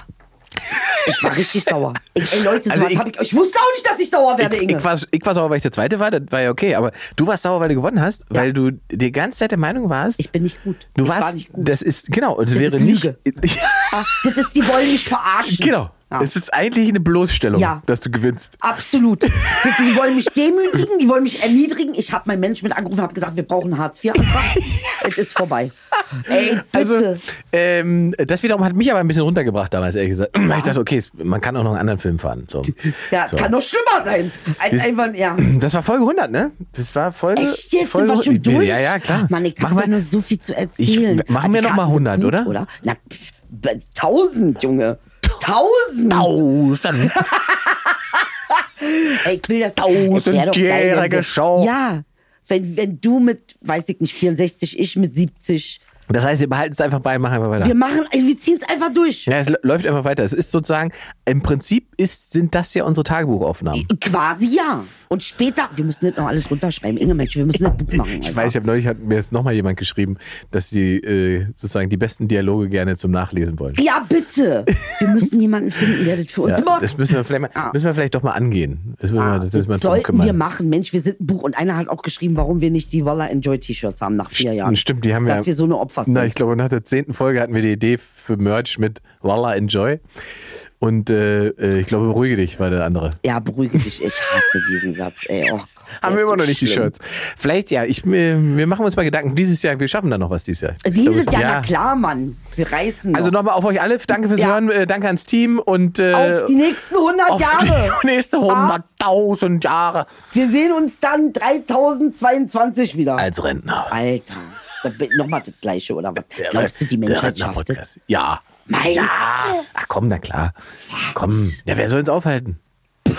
D: Ich war richtig sauer. Ich, ey Leute,
E: Also
D: so was
E: ich-
D: hab ich, ich wusste auch nicht, dass ich sauer werde,
E: ich,
D: Inge.
E: ich, war, ich war sauer, weil ich der Zweite war, das war ja okay. Aber du warst sauer, weil du gewonnen hast, weil du die ganze Zeit der Meinung warst.
D: Ich bin nicht gut.
E: Du
D: ich
E: warst,
D: war nicht gut.
E: das ist, genau, und es
D: Das
E: wäre [LAUGHS]
D: ist Lüge.
E: nicht.
D: Ah, das ist, die wollen mich verarschen.
E: genau.
D: Ja.
E: Es ist eigentlich eine Bloßstellung,
D: Ja.
E: dass du gewinnst.
D: Absolut. Die, die wollen mich demütigen, die wollen mich erniedrigen. Ich habe mein Management angerufen, habe gesagt, wir brauchen
E: [LAUGHS]
D: einen Hartz-IV-Antrag. es ist vorbei. Ey, bitte.
E: Also, ähm, das wiederum hat mich aber ein bisschen runtergebracht damals, ehrlich gesagt. Weil ich dachte, okay, es- man kann auch noch einen anderen Film fahren. So.
D: ja,
E: so. Äh,
D: kann doch schlimmer sein. Als einfach, ja.
E: [CLEARS THROAT] Das war Folge 100, ne? Das war Folge.
D: Echt
E: Folge,
D: jetzt? Folge, sind wir schon durch?
E: Ja, ja, klar.
D: Mann, ich
E: Mach
D: hab da
E: mal,
D: nur so viel zu erzählen.
E: Ich- machen
D: Ah, die
E: wir noch mal
D: Karten sind
E: 100, oder?
D: oder? Na, pff, b- 1000, Junge. 1000. Ey, ich will das. Es wär doch geil, wenn wir-
E: Tausendjährige Show.
D: Ja. Wenn, wenn du mit, weiß ich nicht, 64, ich mit 70.
E: Das heißt, wir behalten es einfach bei, machen einfach weiter.
D: Wir machen, ey, wir ziehen es einfach durch.
E: ja, es lä- läuft einfach weiter. Es ist sozusagen, im Prinzip ist, sind das ja unsere Tagebuchaufnahmen.
D: Quasi ja. Und später, wir müssen nicht noch alles runterschreiben. Inge, Mensch, wir müssen das Buch machen.
E: Ich
D: Alter.
E: weiß, ich habe neulich hat mir jetzt nochmal jemand geschrieben, dass die äh, sozusagen die besten Dialoge gerne zum Nachlesen wollen.
D: Ja,
E: [LAUGHS]
D: bitte. Wir müssen jemanden finden, der das für uns
E: Ja,
D: macht.
E: das müssen wir, vielleicht mal,
D: Ah.
E: müssen wir vielleicht doch mal angehen. Das müssen wir, das müssen wir uns drum
D: Sollten
E: kümmern.
D: wir machen. Mensch, wir sind ein Buch. Und einer hat auch geschrieben, warum wir nicht die Walla Enjoy T-Shirts haben nach vier Jahren.
E: Stimmt, die haben
D: Dass
E: ja,
D: wir so eine Opfer sind.
E: Na, ich glaube, nach der zehnten Folge hatten wir die Idee für Merch mit Walla Enjoy. Und äh, äh, ich glaube, beruhige dich, war der andere.
D: ja, beruhige dich. Ich hasse diesen Satz, ey. Oh Gott,
E: [LAUGHS]
D: der
E: Haben
D: ist
E: wir immer
D: so
E: noch nicht die
D: schlimm.
E: Shirts. Vielleicht ja, ich, wir, wir machen uns mal Gedanken. Dieses Jahr, wir schaffen da noch was dieses Jahr. Ich
D: Die
E: glaube,
D: sind ja,
E: Also, ja.
D: na klar, Mann. Wir reißen.
E: Also
D: noch.
E: nochmal auf euch alle. Danke fürs
D: Ja.
E: Hören. Äh, danke ans Team und äh,
D: Auf die nächsten 100
E: auf
D: Jahre. Ah.
E: die [LAUGHS] nächsten 100.000 Jahre
D: Wir sehen uns dann 3022 wieder.
E: als Rentner.
D: Alter. Da bin- Nochmal das Gleiche, oder was? Glaubst du, die
E: Der
D: Menschheit schafft es?
E: Rentner-Podcast. Ja.
D: Meinst
E: ja.
D: du?
E: Ach komm, na klar. Komm, ja, wer soll uns aufhalten?
D: Wir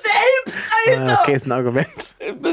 D: selbst, Alter!
E: Ah, Okay, ist ein Argument.